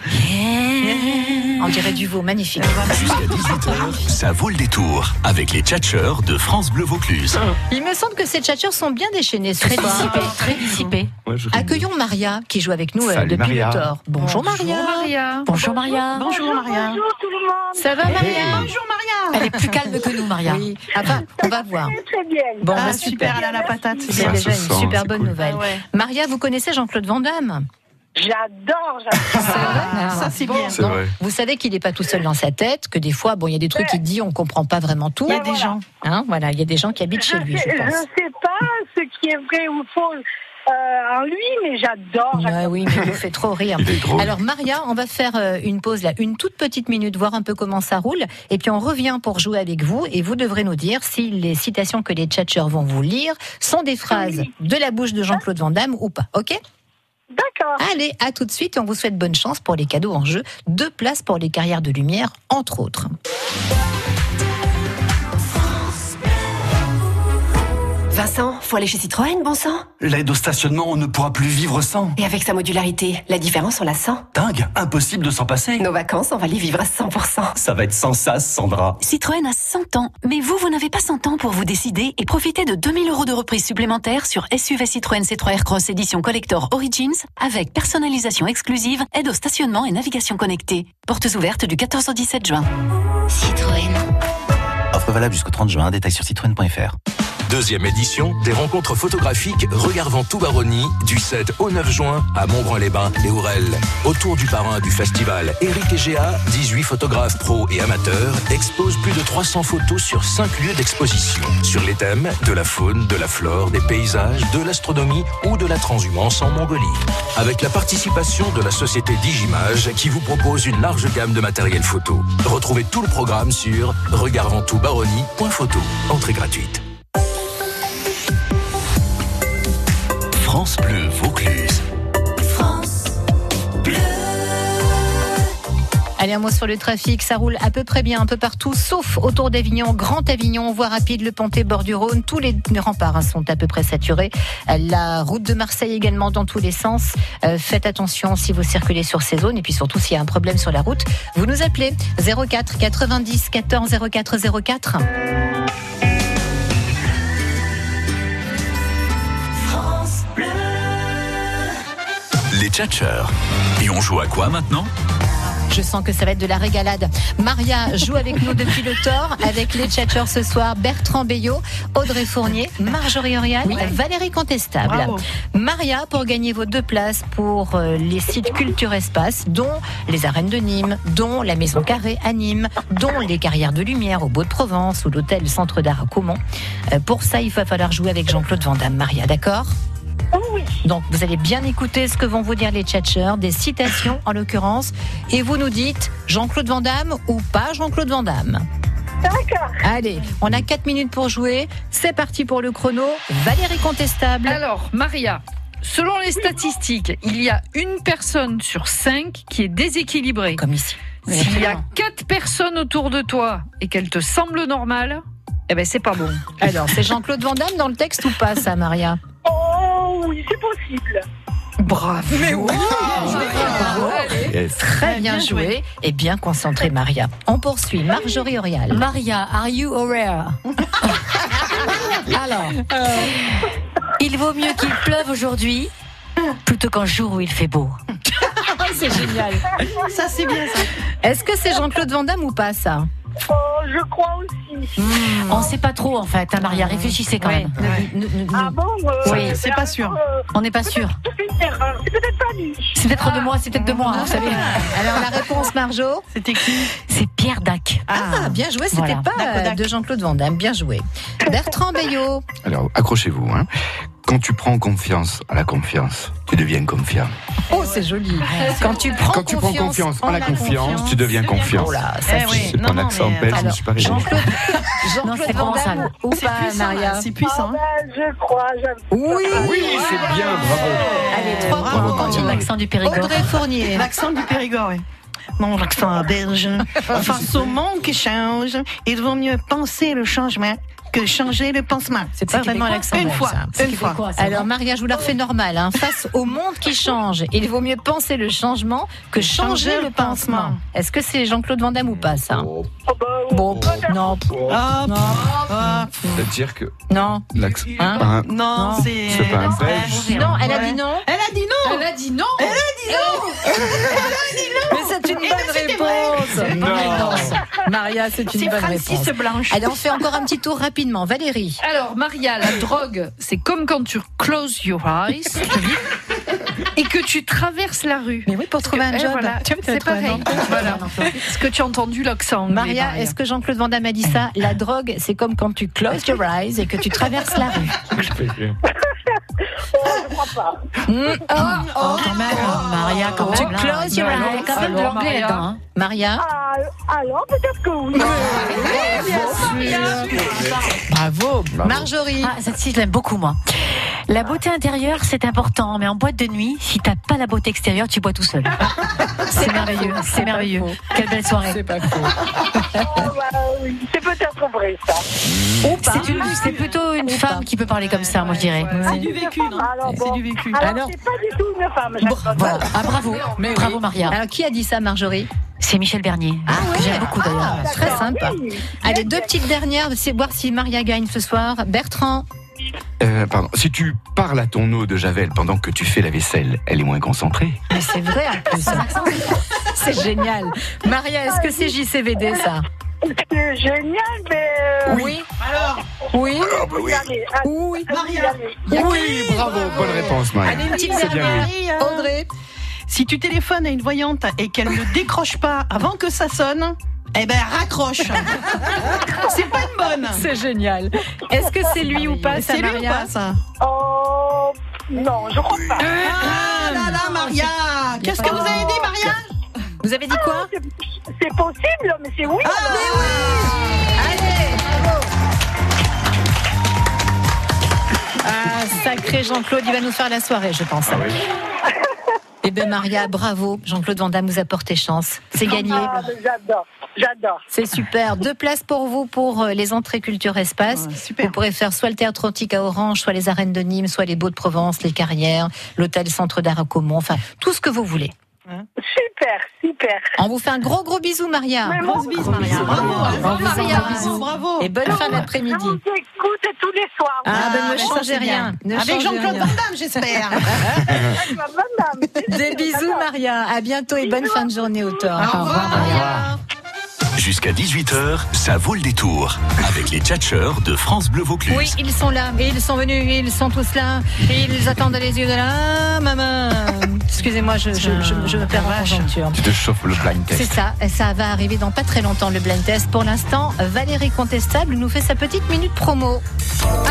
On dirait du veau, magnifique. Jusqu'à 18h, ça vaut le détour avec les tchatcheurs de France Bleu Vaucluse. Il me semble que ces tchatcheurs sont bien déchaînés ce très soir. Dissipés, très dissipés. Accueillons Maria qui joue avec nous euh, Salut, depuis Maria. le Thor. Bonjour, Maria. Maria. Bonjour Maria. Bonjour Maria. Bonjour tout le monde. Ça va Maria Bonjour Maria. Elle est plus calme que nous Maria. Oui. Enfin, on va voir. Très bien. Bon, Ah, bah, super, elle a la patate. Ah, C'est Ça déjà se une sent, super c'est bonne cool. nouvelle. Maria, vous connaissez Jean-Claude Van Damme J'adore, j'adore. Ça, c'est bien. Non, Vous savez qu'il n'est pas tout seul dans sa tête, que des fois, bon, il y a des trucs qu'il dit, on comprend pas vraiment tout. Il y a des Voilà. gens. Hein, voilà, il y a des gens qui habitent chez lui, je sais- pense. je sais pas ce qui est vrai ou faux euh, en lui, mais j'adore. Ah oui, mais il me fait trop rire. Alors Maria, on va faire euh, une pause là, une toute petite minute, voir un peu comment ça roule, et puis on revient pour jouer avec vous, et vous devrez nous dire si les citations que les tchatcheurs vont vous lire sont des phrases de la bouche de Jean-Claude Van Damme ou pas, ok D'accord. Allez, à tout de suite, et on vous souhaite bonne chance pour les cadeaux en jeu, deux places pour les carrières de lumière, entre autres. Vincent, faut aller chez Citroën, bon sang L'aide au stationnement, on ne pourra plus vivre sans. Et avec sa modularité, la différence, on la sent. Dingue, impossible de s'en passer. Nos vacances, on va les vivre à 100%. Ça va être sans sas, Sandra. Citroën a 100 ans, mais vous, vous n'avez pas 100 ans pour vous décider et profitez de 2000 euros de reprise supplémentaire sur SUV Citroën C3 Cross édition collector Origins avec personnalisation exclusive, aide au stationnement et navigation connectée. Portes ouvertes du 14 au 17 juin. Citroën. Offre valable jusqu'au 30 juin, détail sur citroën.fr. Deuxième édition des rencontres photographiques Regardant tout Baronnie du 7 au 9 juin à Montbrun-les-Bains et Aurel. Autour du parrain du festival, Eric Egea, 18 photographes pro et amateurs, exposent plus de 300 photos sur 5 lieux d'exposition. Sur les thèmes de la faune, de la flore, des paysages, de l'astronomie ou de la transhumance en Mongolie. Avec la participation de la société Digimage qui vous propose une large gamme de matériel photo. Retrouvez tout le programme sur regardanttoutbaronnie.photo. Entrée gratuite. France Bleu Vaucluse. Allez, un mot sur le trafic. Ça roule à peu près bien un peu partout, sauf autour d'Avignon, Grand Avignon, voie rapide, le Pontet, bord du Rhône. Tous les remparts hein, sont à peu près saturés. Euh, La route de Marseille également dans tous les sens. Euh, faites attention si vous circulez sur ces zones et puis surtout s'il y a un problème sur la route, vous nous appelez 04 90 14 04 04. Les tchatcheurs. Et on joue à quoi maintenant Je sens que ça va être de la régalade. Maria joue avec nous depuis le tort, avec les tchatcheurs ce soir, Bertrand Bayot, Audrey Fournier, Marjorie Orial, Valérie Contestable. Bravo. Maria, pour gagner vos deux places pour euh, les sites Culture Espace, dont les arènes de Nîmes, dont la Maison Carrée à Nîmes, dont les carrières de lumière au Beau-de-Provence ou l'hôtel Centre d'Art à Caumont. Euh, pour ça, il va falloir jouer avec Jean-Claude Van Damme. Maria, d'accord donc vous allez bien écouter ce que vont vous dire les tchatcheurs, des citations en l'occurrence, et vous nous dites Jean-Claude Van Damme ou pas Jean-Claude Van Damme. D'accord. Allez, on a 4 minutes pour jouer. C'est parti pour le chrono. Valérie Contestable. Alors, Maria, selon les statistiques, il y a une personne sur cinq qui est déséquilibrée. Comme ici. S'il y a quatre personnes autour de toi et qu'elles te semblent normales, eh ben c'est pas bon. Alors, c'est Jean-Claude Van Damme dans le texte ou pas, ça, Maria Oh oui, c'est possible. Bravo. Mais oui Bravo. Très bien joué et bien concentré, Maria. On poursuit. Marjorie Orial. Maria, are you <laughs> aware Euh. Alors, il vaut mieux qu'il pleuve aujourd'hui plutôt qu'un jour où il fait <laughs> beau. c'est génial. Ça, c'est bien ça. Est-ce que c'est Jean-Claude Van Damme ou pas, ça Oh, Je crois aussi. Hmm. On ne sait pas trop en fait, hein, Maria. Réfléchissez quand même. Ah bon Oui, c'est pas sûr. euh, On n'est pas sûr. C'est peut-être pas lui. C'est peut-être de moi, c'est peut-être de moi, hein, vous savez. Ah. Alors la réponse, Marjo C'était qui C'est Pierre Dac. Ah, bien joué, c'était Voilà. pas euh, de Jean-Claude Van Damme, bien joué. Bertrand Bayot. Alors, accrochez-vous. hein. Quand tu prends confiance à la confiance, tu deviens confiant. Oh, c'est joli. Quand tu prends Quand tu prends confiance en la confiance, Eh tu deviens confiant. Oh là, ça, Je c'est- sais pas un accent belge, je ne suis pas arrivé. Jean-Claude Van Damme ou pas, Maria C'est puissant. je crois, Oui, oui, c'est bien, bravo. Allez, trois Euh, Bravo, points pour Maria. l'accent du Périgord. Audrey <laughs> Fournier. L'accent du Périgord, oui. Mon accent <laughs> belge. Face au monde qui change, il vaut mieux penser le changement que changer le pansement. C'est pas vraiment l'accent Une belge, fois, ça. C'est une fois. québécois, ça. Alors, Maria, je vous la refais normale. hein. Face au monde qui change, il vaut mieux penser le changement que changer, le pansement. Est-ce que c'est Jean-Claude Van Damme ou pas, ça Bon, non. Ah, non. C'est-à-dire que Non. l'accent. Hein pas un- Non, c'est. C'est pas un belge. Non, elle a dit non. Elle a dit non. Elle a dit non. <laughs> Elle a dit non. Mais c'est une bonne réponse. Non. Maria, c'est une C'est bonne Francis réponse. Blanche. Allez, on fait encore un petit tour rapidement. Valérie. Alors, Maria, la <laughs> drogue, c'est comme quand tu close your <laughs> eyes et que tu traverses la rue. Mais oui, pour trouver un job. Tu vois, tu vas c'est trouver un pareil. emploi. Voilà. Est-ce que tu as entendu l'accent anglais, Maria, est-ce que Jean-Claude Van Damme a dit <laughs> ça La drogue, c'est comme quand tu closes your eyes et que tu traverses la rue. Hmm. Oh, oh, quand même, Maria, quand tu même, là. closes your Non, eyes. non, Il y a quand alors, même de l'anglais Maria. là-dedans. hein. Maria Ah, Alors, peut-être que oui. Bravo. Marjorie. Ah, cette ci je l'aime beaucoup, moi. La beauté intérieure, c'est important, mais en boîte de nuit, si t'as pas la beauté extérieure, tu bois tout <laughs> seul. C'est merveilleux, c'est merveilleux. Quelle belle soirée. C'est <laughs> C'est peut-être vrai, ça. une- c'est plutôt une femme qui peut parler comme ça, moi je dirais. C'est du vécu, non Ah, Alors, C'est bon. du vécu. Alors, c'est pas du tout une femme. Jacques Voilà. Ah, bravo, Mais oui. bravo Maria. Alors, qui a dit ça, Marjorie C'est Michel Bernier. que J'aime beaucoup d'ailleurs. Ah, Très sympa. Allez, deux petites dernières. C'est voir si Maria gagne ce soir. Bertrand. Euh, pardon. Si tu parles à ton eau de Javel pendant que tu fais la vaisselle, elle est moins concentrée. Mais c'est vrai en plus. C'est génial. Maria, est-ce que c'est JCVD ça C'est génial, mais. euh, Oui. Oui. Regardez, ah, Oui. Maria. bah Oui, bravo, bonne réponse, Maria. Allez, une petite C'est bien dernière. oui. Audrey. Si tu téléphones à une voyante et qu'elle ne décroche pas avant que ça sonne, eh ben <laughs> raccroche. c'est pas une bonne. C'est génial. Est-ce que c'est lui ou pas ça, C'est lui ou Maria pas ça Oh, non, je crois pas. Ah là là, Maria Qu'est-ce que vous avez dit, Maria Vous avez dit quoi C'est possible, mais c'est oui. alors. Ah, sacré Jean-Claude, il va nous faire la soirée, je Ah pense. Eh bien, Maria, bravo. Jean-Claude Van Damme vous a porté chance. C'est gagné. Ah, mais j'adore, j'adore. C'est super. Deux places pour vous pour euh, les entrées culture espace. Vous pourrez faire soit le théâtre antique à Orange, soit les arènes de Nîmes, soit les Beaux de Provence, les Carrières, l'hôtel Centre d'Art à Caumont, enfin tout ce que vous voulez. Super, super. On vous fait un gros gros bisou Maria. Grosse bise, Maria. Bravo, Au revoir, Maria. bravo, bravo. Et bonne fin d'après-midi. J'écoute tous les soirs. Ah, ben ne ben, changez ça, c'est rien. Ne bien. Avec changez Jean-Claude rien. Van Damme, j'espère. Avec ma madame. Des bisous Maria. À bientôt et bonne fin de journée au tort. Au revoir. Jusqu'à 18h, ça vaut le détour avec les tchatcheurs de France Bleu Vaucluse. Oui, ils sont là, et ils sont venus, et ils sont tous là, et ils attendent les yeux de la maman. Excusez-moi, je, je, je- je me perds en conjoncture. Tu te chauffes le blind C'est test. ça, ça va arriver dans pas très longtemps le blind test. Pour l'instant, Valérie Contestable nous fait sa petite minute promo.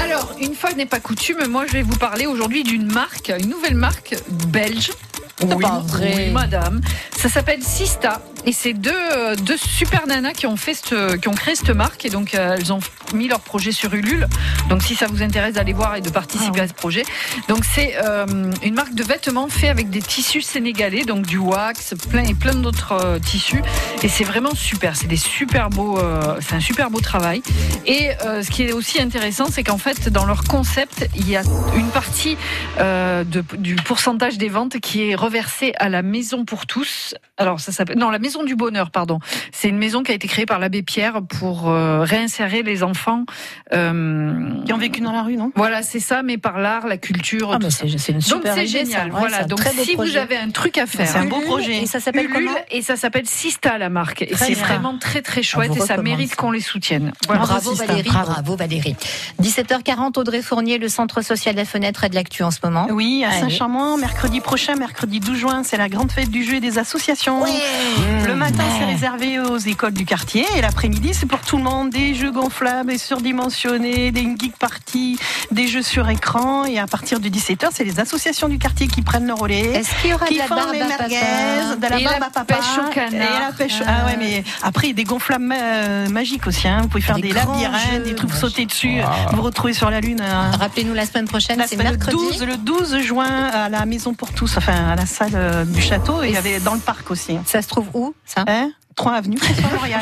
Alors, une fois n'est pas coutume, moi je vais vous parler aujourd'hui d'une marque, une nouvelle marque belge. C'est pas Oui, vrai. madame. Ça s'appelle Sista et c'est deux, euh, deux super nanas qui ont, fait cette- qui ont créé cette marque et donc euh, elles ont mis leur projet sur Ulule. Donc si ça vous intéresse d'aller voir et de participer à ce projet. Donc c'est euh, une marque de vêtements fait avec des tissus sénégalais, donc du wax, plein et plein d'autres euh, tissus et c'est vraiment super, c'est des super beaux euh, c'est un super beau travail. Et euh, ce qui est aussi intéressant, c'est qu'en fait, dans leur concept, il y a une partie euh, de- du pourcentage des ventes qui est reversée à la Maison pour tous. Alors, ça s'appelle. Non, la Maison du Bonheur, pardon. C'est une maison qui a été créée par l'abbé Pierre pour euh, réinsérer les enfants. euh, Qui ont vécu dans la rue, non voilà, c'est ça, mais par l'art, la culture. Ah, tout mais ça. c'est c'est une Donc super c'est idée, ça. génial, Ouais, c'est voilà. un Donc très beau si vous projet. avez un truc à faire, C'est un beau Ulule, projet. Et ça s'appelle Ulule, comment et ça s'appelle Sista la marque. Et Très c'est bien. vraiment très très chouette On et vous ça recommande mérite ça. qu'on les soutienne. Voilà. Bravo hein. Sista. Valérie, bravo. Valérie. 17h40, Audrey Fournier, le centre social de la fenêtre et de l'actu en ce moment. Oui, à Allez. Saint-Chamond, mercredi prochain, mercredi 12 juin, c'est la grande fête du jeu et des associations. Le matin, c'est Ouais. réservé aux écoles du quartier et l'après-midi, c'est pour tout le monde. Des jeux gonflables et surdimensionnés, des geek parties, des jeux sur écran. Et à partir de 17h, c'est les associations du quartier qui prennent le relais. Est-ce qu'il y aura qui de la font barbe les à merguez, papa de la Et barbe la à papa, pêche au canard. Et la pêche. Ah ouais, mais après, il y a des gonflables euh, magiques aussi. hein. Vous pouvez faire Des des, grands labyrinthes, des trucs sautés dessus, Ah. vous vous retrouvez sur la Lune. hein. Rappelez-nous la semaine prochaine, La c'est semaine mercredi. Le 12, le 12 juin à la Maison pour tous, enfin à la salle euh, du château, et Et il y avait dans le parc aussi. Ça se trouve où, ça 3 avenue François <laughs> Mauriac.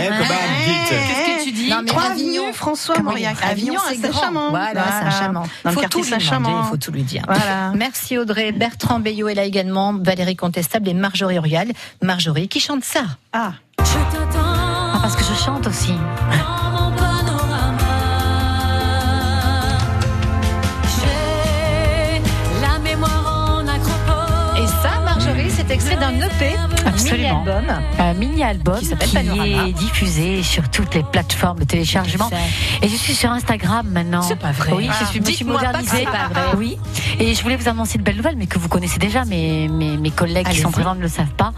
Eh, copain, dites. Qu'est-ce que tu dis Non, mais 3 Avignon. avenue François Mauriac. Avignon, Avignon à c'est grand. Saint-Chamond. Voilà, Saint-Chamond. Dans le Faut quartier tout lui demander, Saint-Chamond. faut tout lui dire. <laughs> Voilà. Merci Audrey. Bertrand Bayot est là également, Valérie Contestable et Marjorie Urial. Marjorie qui chante ça. Ah. Ah, parce que je chante aussi. Ah. Mon panorama, j'ai la mémoire en acropole. Et ça, Marjorie, c'est extrait d'un E EP, Absolument. mini-album. Un mini-album Qui qui, s'appelle Panorama. est diffusé sur toutes les plateformes de téléchargement. Et je suis sur Instagram maintenant. C'est pas vrai. Oui, Ah. je suis, je suis Dites-moi pas que modernisée. c'est pas vrai. Oui. Et je voulais vous annoncer de belles nouvelles, mais que vous connaissez déjà, mais mes, mes collègues qui sont présents ne le savent pas.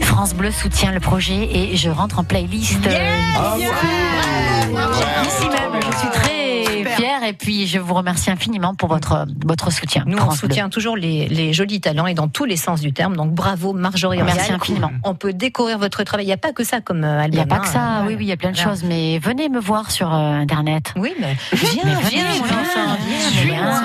France Bleu soutient le projet et je rentre en playlist. euh, Ici même, je suis très fière et puis je vous remercie infiniment pour votre, votre soutien. Nous, on France Bleu. soutient toujours les, les jolis talents et dans tous les sens du terme. Donc bravo Marjorie. Merci Aurial. infiniment. On peut découvrir votre travail. Il n'y a pas que ça comme euh, album. Il n'y a pas hein. que ça, Ah oui, oui, il y a plein de choses, mais venez me voir sur euh, Internet. Oui, mais viens, viens, mon enfant, viens, viens,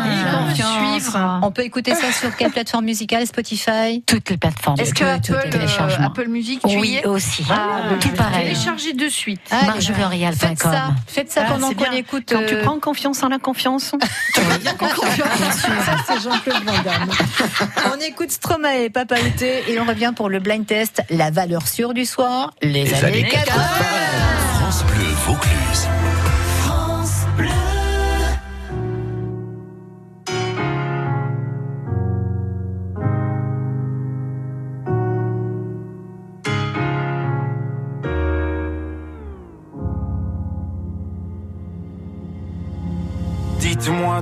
viens, viens. On peut écouter ça sur quelle plateforme musicale Spotify Toutes les plateformes. Est-ce que Tout- tout- Apple, tout euh, téléchargement. Apple Music, tu y Oui, es aussi. Ah, tout Téléchargez pareil. Ah, de suite. Allez, Marjorie-Aurial.com. Faites ça, faites ça Ah, pendant c'est qu'on bien. écoute. Quand tu euh, prends confiance en <laughs> la confiance, tu vas <laughs> bien Ah, confiance. Ça, c'est Jean-Claude Van Damme. euh, On écoute Stromae, Papa Outé, et on revient pour le blind test, la valeur sûre du soir, les, Les années années 80. France Bleu Vaucluse. France Bleu. Dites-moi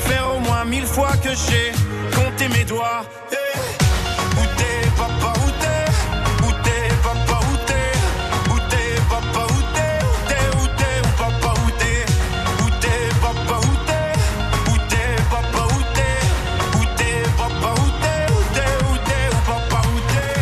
faire au moins mille fois que j'ai compté mes doigts. Eh, Où t'es papa, où t'es Où t'es papa, où t'es Où t'es papa, où t'es Où t'es, où t'es, où papa, où t'es Où t'es papa, où t'es Où t'es papa, où t'es Où t'es papa, où t'es Où t'es, où t'es, où papa, où t'es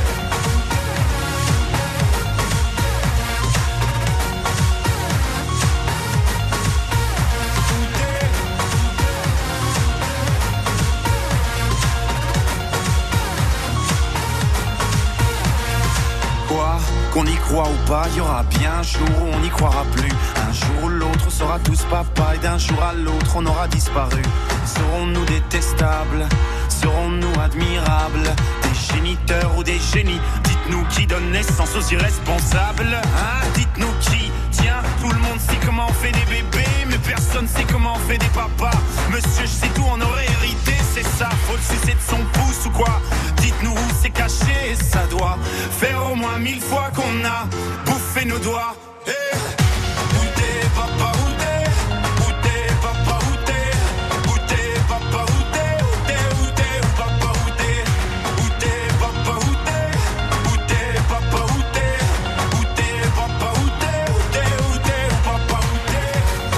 Quoi Qu'on y croit ou pas, il y aura bien un jour où on n'y croira plus. Un jour ou l'autre, on sera tous papa et d'un jour à l'autre, on aura disparu. Serons-nous détestables Serons-nous admirables Des géniteurs ou des génies Dites-nous qui donne naissance aux irresponsables Hein Dites-nous qui Tiens, tout le monde sait comment on fait des bébés, mais personne sait comment on fait des papas. Monsieur, je sais tout, on aurait hérité, c'est ça. Faut le sucer de son pouce ou quoi Dites-nous où c'est caché, et ça doit faire au moins mille fois qu'on a bouffé nos doigts. Eh, où t'es, papa, où t'es Où t'es, papa, où t'es Où t'es, papa, où t'es Où t'es, où t'es, où papa, où t'es Où t'es, papa, où t'es Où t'es, papa, où t'es Où t'es, papa, où t'es Où t'es, où t'es, où papa, où t'es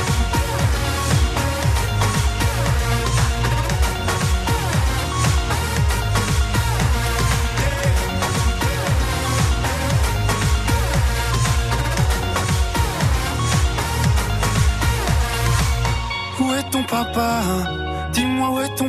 Où est ton papa hein? Dis-moi où est ton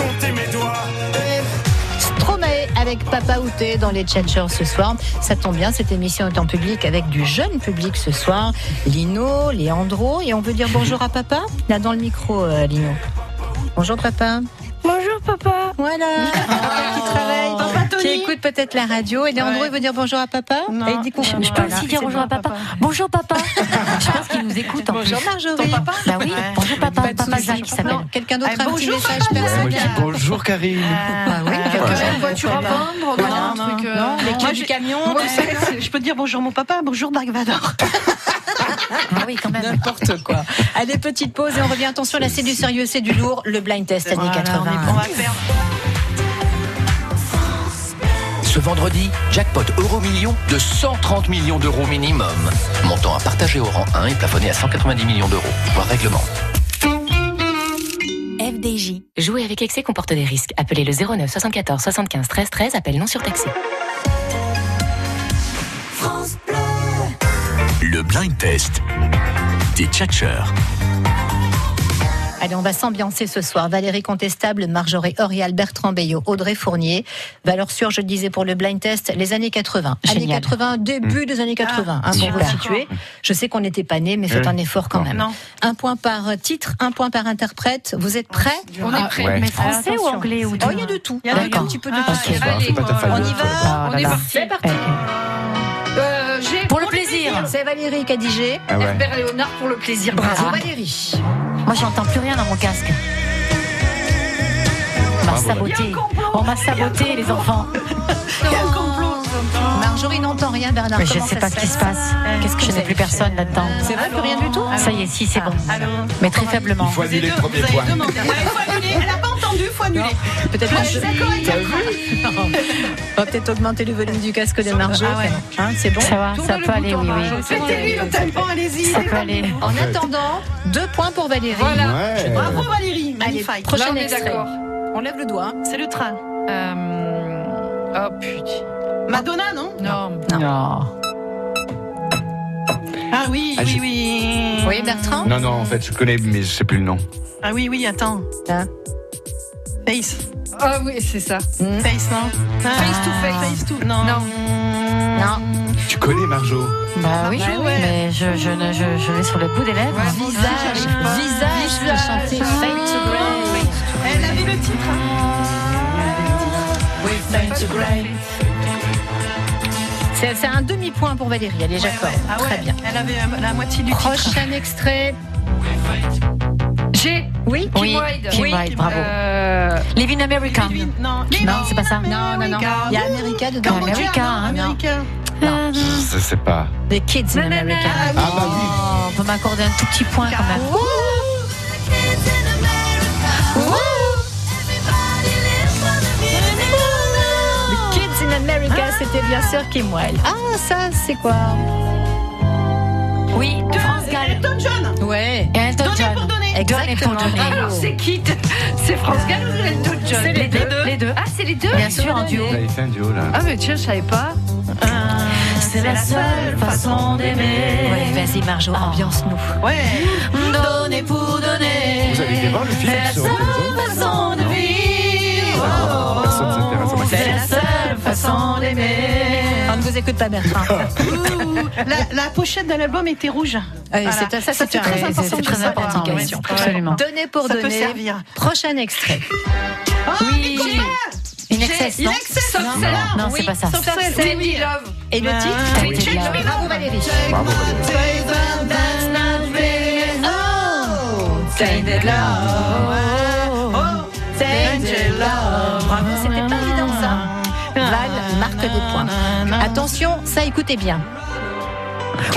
compté mes doigts. Stromae avec Papa Outé dans les Changers ce soir. Ça tombe bien, cette émission est en public avec du jeune public ce soir. Lino, Léandro, et on veut dire bonjour à Papa Là dans le micro, euh, Lino. Bonjour Papa. Bonjour papa. <laughs> Voilà. Papa qui travaille, papa qui écoute peut-être la radio. Et Léandro, il veut dire bonjour à Papa. Non, et il dit qu'on- je peux aussi dire bonjour à papa. Bonjour papa. je pense qu'il nous écoute en Bonjour plus. Marjorie. Bah oui, bonjour papa, papa Jacques qui s'appelle. Ah, Non, Quelqu'un d'autre a un petit bonjour, message papa personnel Bonjour Karine. Ah oui, quelqu'un Voilà. une voiture à vendre, Voilà. voilà, un Non, truc. euh, non, les moi, clés j'ai- du camion, moi, tout c'est- ça. je peux dire bonjour mon papa, bonjour Dark Vador. Ah bah N'importe quoi. Allez, petite pause et on revient. Attention, là, c'est du sérieux, c'est du lourd. Le blind test années 80. Ce vendredi, jackpot euro million de 130 millions d'euros minimum. Montant à partager au rang 1 et plafonné à 190 millions d'euros, voire règlement. FDJ. Jouer avec excès comporte des risques. Appelez le 09 74 75 13 13, appel non surtaxé. Le blind test des tchatcheurs. Allez, on va s'ambiancer ce soir. Valérie Contestable, Marjorie Orial, Bertrand Bayot, Audrey Fournier. Valeur sûre, je le disais pour le blind test, les années 80. Années 80, début des années 80, hein, pour vous super. situer. Je sais qu'on n'était pas nés, mais faites Ouais. un effort quand même. Un point par titre, un point par interprète. Vous êtes prêts On est prêts. Ouais. Mais français Alors, ou attention. anglais ou Oh, Il y a de tout. Il y a un petit peu de Ah, tout. ça va, Allez, c'est pas ta on faute. y va. Ah, là, là. C'est parti. eh. Pour le plaisir. C'est Valérie qui a dit G. Ah ouais. Herbert Léonard pour le plaisir. Bravo Ah. Valérie. Moi, j'entends plus rien dans mon casque. Ah, On m'a saboté. On m'a saboté, les enfants. Marjorie n'entend rien, Bernard. Mais je Comment sais ça Ah, pas ce qui se passe. Qu'est-ce que je n'ai plus personne là-dedans C'est vrai, plus rien du tout Ça y est, si, c'est bon. Mais très faiblement. Il faut annuler le premier point. Elle n'a pas entendu, faut annuler. Peut-être Ouais, que je- d'accord, il y a T'as vu Non. On va peut-être augmenter le volume du casque de Marjo. Ah ouais. Hein, c'est bon Ça va, ça peut aller, oui, oui. Mettez-lui le tympan, allez-y. Ça peut aller. En attendant, deux points pour Valérie. Voilà. Ouais. Bravo Valérie, Allez, magnifique. prochain Là, on est extrait. d'accord. On lève le doigt. C'est le train. Oh putain. Madonna, non Non. Non. Ah oui, oui, Ah, j'ai- oui. Oui, Bertrand Non, non, en fait, je connais, mais je sais plus le nom. Ah oui, oui, attends. Face. Ah oui, c'est ça. Face, non Face to face. Face to... Non. Non. Non. Tu connais Marjo Bah oui, Bah oui, ouais. mais je, je, ne- je, je l'ai sur le bout des lèvres. Visage, visage, je chanter Fade to Grey. Elle avait le titre. hein. C'est c'est un demi-point pour Valérie. Allez, j'accorde. Ah ouais, Très bien. Elle avait euh, la moitié du titre. Prochain extrait. J'ai. Oui, Kim Oui, Wilde. Kim Wilde, bravo. Euh, Living America. Non, Non, c'est pas ça. Non, non, non. Il y a America dedans. Cambodgia, America, hein, non. Non. Je sais pas. The Kids in America. Ah bah oui. Oh, on peut m'accorder un tout petit point quand même. The Kids in America, c'était bien sûr Kim Wilde. Ah, ça, c'est quoi Oui, France Gall. Elton John. Ouais. Et Elton Donner John. pour donner. Donner pour Exactement. donner. Alors c'est qui t- C'est France Gall ou Elton John C'est les deux. Les deux. Ah c'est les deux Bien sûr, en duo. Là, il fait un duo, là. Ah mais tiens, je savais pas. C'est la seule façon d'aimer. Ouais, vas-y, Marjo, ambiance-nous. Ouais. Donner pour donner. Vous avez été voir le film sur Amazon façon de vivre. D'accord, Personne ne s'intéresse à ma C'est question. la seule façon d'aimer. On ne vous écoute pas, Bertrand. La, la pochette de l'album était rouge. Allez, Ah, Voilà. c'est- Ça, Ça, c'est très important de très savoir. important. Ouais, question. c'est vrai. Donner pour Ça donner. peut servir. Prochain extrait. Ah, Oui. Une excess, non Inexcess. Non, non, c'est pas ça. Sorcel. C'est Oui. We Love. Et le titre Ah oui. Change Me Bravo Valérie. Bravo, Valérie. Bravo, c'était Ah. pas évident ça. Val Ah, marque des points. Attention, ça écoutez bien.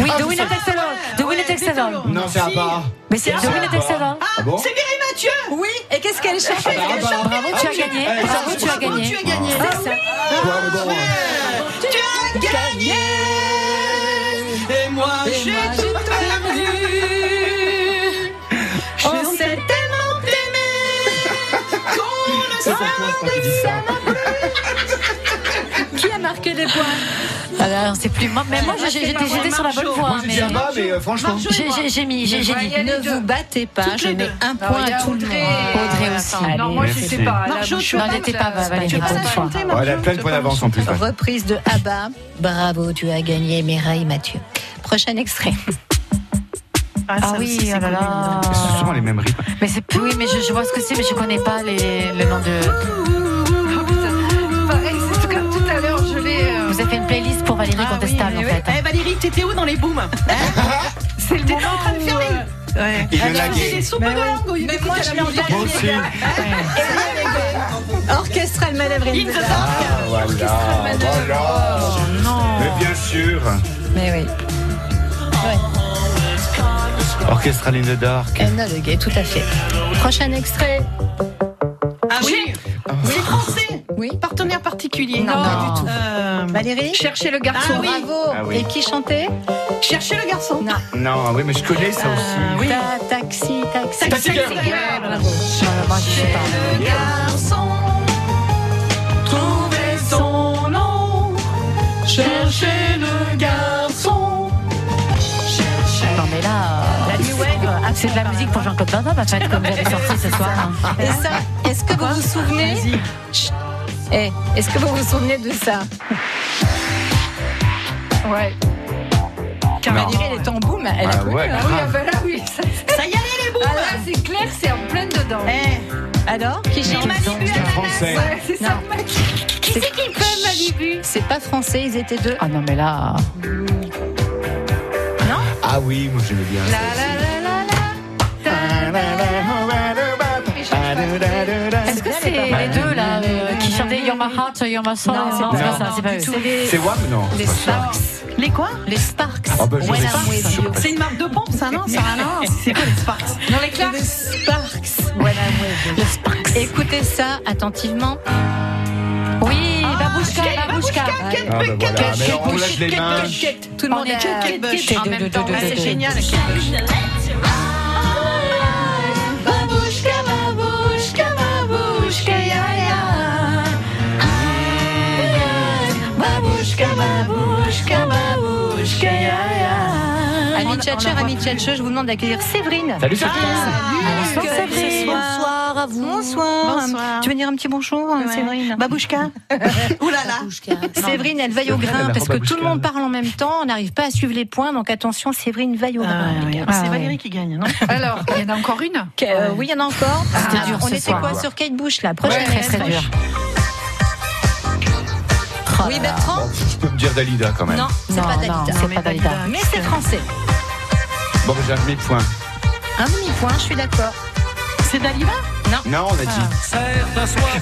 Oui, Ah, de Winnet ça- Texelo. De Winnet Texelo. Non, c'est à part. Mais c'est de C'est Winnet sympa. Texelo. Ah bon C'est Mireille Mathieu. Oui, et qu'est-ce qu'elle chante Ah bah, ah bah. Bravo, tu as gagné. Ah, Bravo, c'est tu as bon. Tu gagné. as gagné. C'est ça. Ouais, mais bon, ouais. Tu as gagné. Et moi, j'ai tout perdu. On s'est tellement aimé qu'on ne Ah, C'est ça, je pense, quand tu dis ça. Qui a marqué des points Alors, c'est plus. Moi, mais moi, Ouais, j'ai- c'est j'étais pas j'étais moi, sur la Marjo. bonne voie. Moi, hein, j'ai dit à bas, mais, euh, franchement. Marjo et J'ai- moi. j'ai- j'ai mis, j'ai Mais j'ai ouais, dit. il y a les Ne deux. vous battez pas. Toutes Je les mets deux. un Ah, point il y a à tout le monde. Audrey. Audrey aussi. Attends, non, moi, je Merci. sais pas. Là, Marjo, je suis tu pas n'étais là. pas Valérie. Tu bonne vas bah, la foi. chanter, Ouais, elle a plein de points d'avance en plus. ouais. Reprise de Abba. Bravo, tu as gagné, Mireille Mathieu. Prochain extrait. Ah, oui, oh là là. Ce sont les mêmes rythmes. Mais c'est oui, mais je, je vois ce que c'est, mais je connais pas les, le nom de. Pareil, c'est tout comme tout à l'heure, je l'ai. euh, Vous avez fait une playlist pour Valérie Ah Contestable en fait. Eh Valérie, t'étais où dans les booms C'est le T'étais en train de faire les. Et le laguer. J'ai des soupes de langue. il y a des moi, trucs à je la lui mondiale. Moi aussi. Orchestral manœuvre. in the dark. Ah, voilà, voilà. Mais bien sûr. Mais oui. Orchestral in the dark. Anna Le Gay, tout à fait. Prochain extrait. Ah oui C'est français Oui. Partenaire particulier. Non, pas du tout. Euh, Valérie Cherchez le garçon. Ah, Bravo. Ah oui. Et qui chantait Cherchez le garçon. Non. Non, ah oui, mais je connais ça Euh, aussi. Ta- taxi, taxi. Ah Taxi Girl. Ouais, bravo. Moi, je sais pas. Le garçon, trouvez son nom. Cherchez le garçon. Cherchez. Non mais là, La New Wave. euh, c'est de la musique pour Jean-Claude Van Damme en fait, comme j'avais sorti ce soir. hein. Et ça, est-ce que vous vous souvenez Vas-y. Eh, Est-ce que vous vous souvenez de ça Ouais. Car Non. Valérie, elle est en boom. Elle a Ah connu, ouais, hein. Ah oui, ah bah là, oui. Ça, Ça y allait les boules ah là, c'est clair, c'est en plein dedans. Eh, Alors Qui chante C'est français. Ouais, c'est ça. Qui c'est qui fait Malibu C'est pas français, ils étaient deux. Ah non mais là, Ah oui, moi j'aimais bien ça. Ah, ben aussi. est-ce que c'est les deux là euh, qui chantaient You're My Heart, You're My Soul Non, Non, c'est pas non, ça, c'est pas eux. C'est WAM Non. Les c'est pas ça. Sparks. les quoi Les Sparks. Ah bah, je When sais, I'm je with sais you. pas. C'est une marque de pompe, ça, non Ça, non C'est quoi les Sparks Dans les classes. Les Sparks. When I'm with you. Écoutez ça attentivement. Oui, Ah, Babushka, Babushka. Ah bah voilà, mais alors, on Kate lâche les mains. Tout le On monde est est Kate Kate Bush. Bush en même temps. Ah, c'est génial. Ami Tchatcher, Ami Tchatcher, je vous demande d'accueillir Séverine. Salut, Sophie. Bonsoir, Bonsoir, Séverine. Séverine. Bonsoir à vous. Bonsoir. Bonsoir. Tu veux dire un petit bonjour, hein, Ouais. Séverine <laughs> Babouchka Ouh là là Séverine, elle veille au Séverine, elle grain a parce que Babouchka. tout le monde parle en même temps. On n'arrive pas à suivre les points, donc attention, Séverine veille au grain. Ah, ouais, ouais. Ah, C'est ouais. <laughs> Valérie qui gagne, non Alors, il y en a encore une Ok, euh, oui, il y en a encore. C'était dur on ce était soir. quoi sur Kate Bush là Prochaine Très très réponse. dur. Oui, Bertrand Je peux me dire Dalida quand même. Non, c'est Non, pas non, Dalida. c'est pas Dalida. Mais c'est français. Bon, bah, j'ai un demi-point. Un demi-point, je suis d'accord. C'est Dalida Non, on a dit.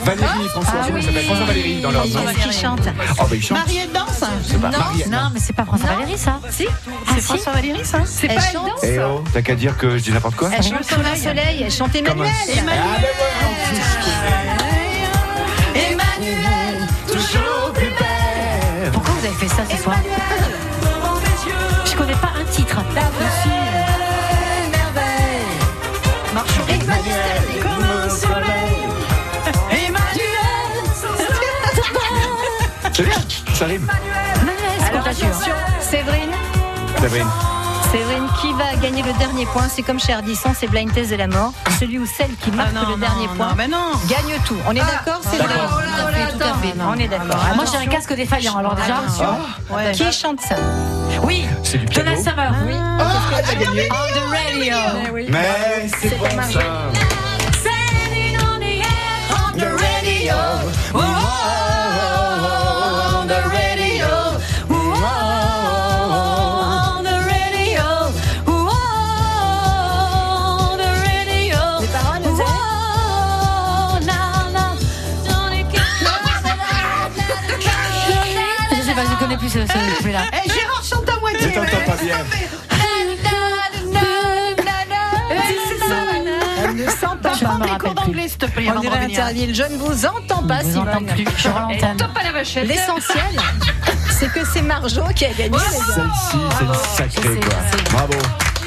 Valérie, François, Ah comment ça s'appelle oui. François Valérie dans leur Qui nom. est-ce qui chante Oh, bah, ils chantent. Marielle danse C'est pas Non, Marianne. Non mais c'est pas François Non. Valéry ça. Ah, Si C'est François Valéry, ça C'est Elle pas chante. Eh oh, t'as qu'à dire que je dis n'importe quoi Elle chante Sous le soleil, elle chante Emmanuel. Ah, bah, voilà, en plus. Emmanuel. toujours plus belle. Pourquoi vous avez fait ça ce soir Je connais pas un titre. euh, Emmanuel. comme un soleil C'est bien, ça rime. Manuel Alors Escontagio. attention, Séverine, Sabrine. Séverine, qui va gagner le dernier point C'est comme chez Ardisson, c'est blind test de la mort. Celui ou celle qui marque le dernier point Mais non gagne tout. On est Ah. d'accord, Ah, Séverine d'accord. Tout à fait, tout à fait. On est d'accord. Moi j'ai un casque défaillant Ah, alors déjà. Attends, Qui chante ça Oui, C'est du piano. Donna Summer. Oui. Eh On the radio. Mais c'est bon ça. Les paroles, vous savez Je sais pas, je connais plus ce, ce celui-là. Eh, Gérard chante à Je moitié t'entends pas bien. Elle ne chante pas. Je ne me Prends des rappelle cours plus. d'anglais, s'il te plaît, On avant de dirait revenir. Interville. Je ne vous entends pas, Je vous Simone. entends plus. Je suis hors l'antenne. Top à la vachette. L'essentiel, c'est que c'est Marjo qui a gagné. les gars. Celle-ci, c'est une sacrée quoi. Bravo.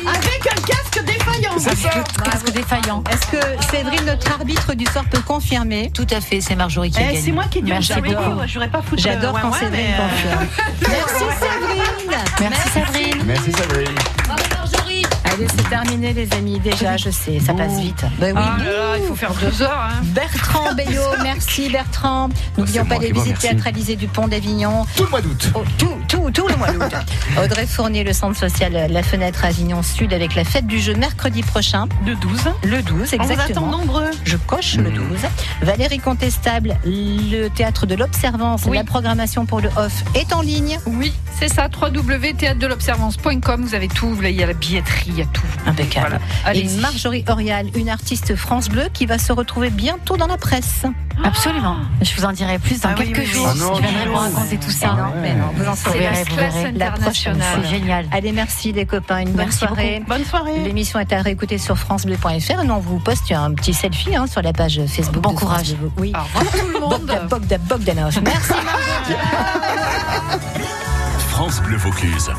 Avec un casque défaillant défaillant, C'est c'est ça. ça Casque défaillant. Est-ce que Cédric, notre arbitre du sort, peut confirmer Tout à fait, c'est Marjorie qui a gagné. Eh, C'est moi qui ai dit Merci J'aurais dit, beaucoup. ouais, j'aurais pas foutu. J'adore euh, quand ouais, ouais, Cédric mais, euh, confirme. <laughs> Merci Sabrine Merci Sabrine Merci Sabrine. Allez, c'est terminé, les amis. Déjà, je sais, ça passe vite. Ben oui. Ah là là, il faut faire deux heures. hein. <laughs> Bertrand Bello, merci Bertrand. N'oublions c'est pas moi les qui vous visites remercie. théâtralisées du Pont d'Avignon. Tout le mois d'août. tout, tout, tout le mois <laughs> d'août. Audrey Fournier, le centre social La Fenêtre à Avignon Sud, avec la fête du jeu mercredi prochain. Le 12. Le 12, On vous exactement. attend nombreux. Je coche Mmh. le 12. Valérie Contestable, le théâtre de l'Observance, la programmation pour le off est en ligne. Oui, c'est ça, www.théâtre-de-l'observance.com. Vous avez tout, il y a la billetterie, il y a tout. Impeccable. Allez, Et Marjorie Orial, une artiste France Bleu qui va se retrouver bientôt dans la presse. Absolument. Je vous en dirai plus dans Ah oui, quelques oui, oui. jours. Ah non, Je viendrai dis vous donc. raconter tout ça. Eh non, mais non, vous en Vous saurez, verrez, vous vous verrez. verrez. La prochaine fois. C'est génial. Allez, merci les copains. Une Merci bonne soirée. beaucoup. Bonne soirée. L'émission est à réécouter sur francebleu.fr. Nous, on vous poste un petit selfie hein, sur la page Facebook. Bon courage. Oui. Au revoir tout le monde. Bogda, Bogda, Bogdanov. Merci. France Bleu Vaucluse.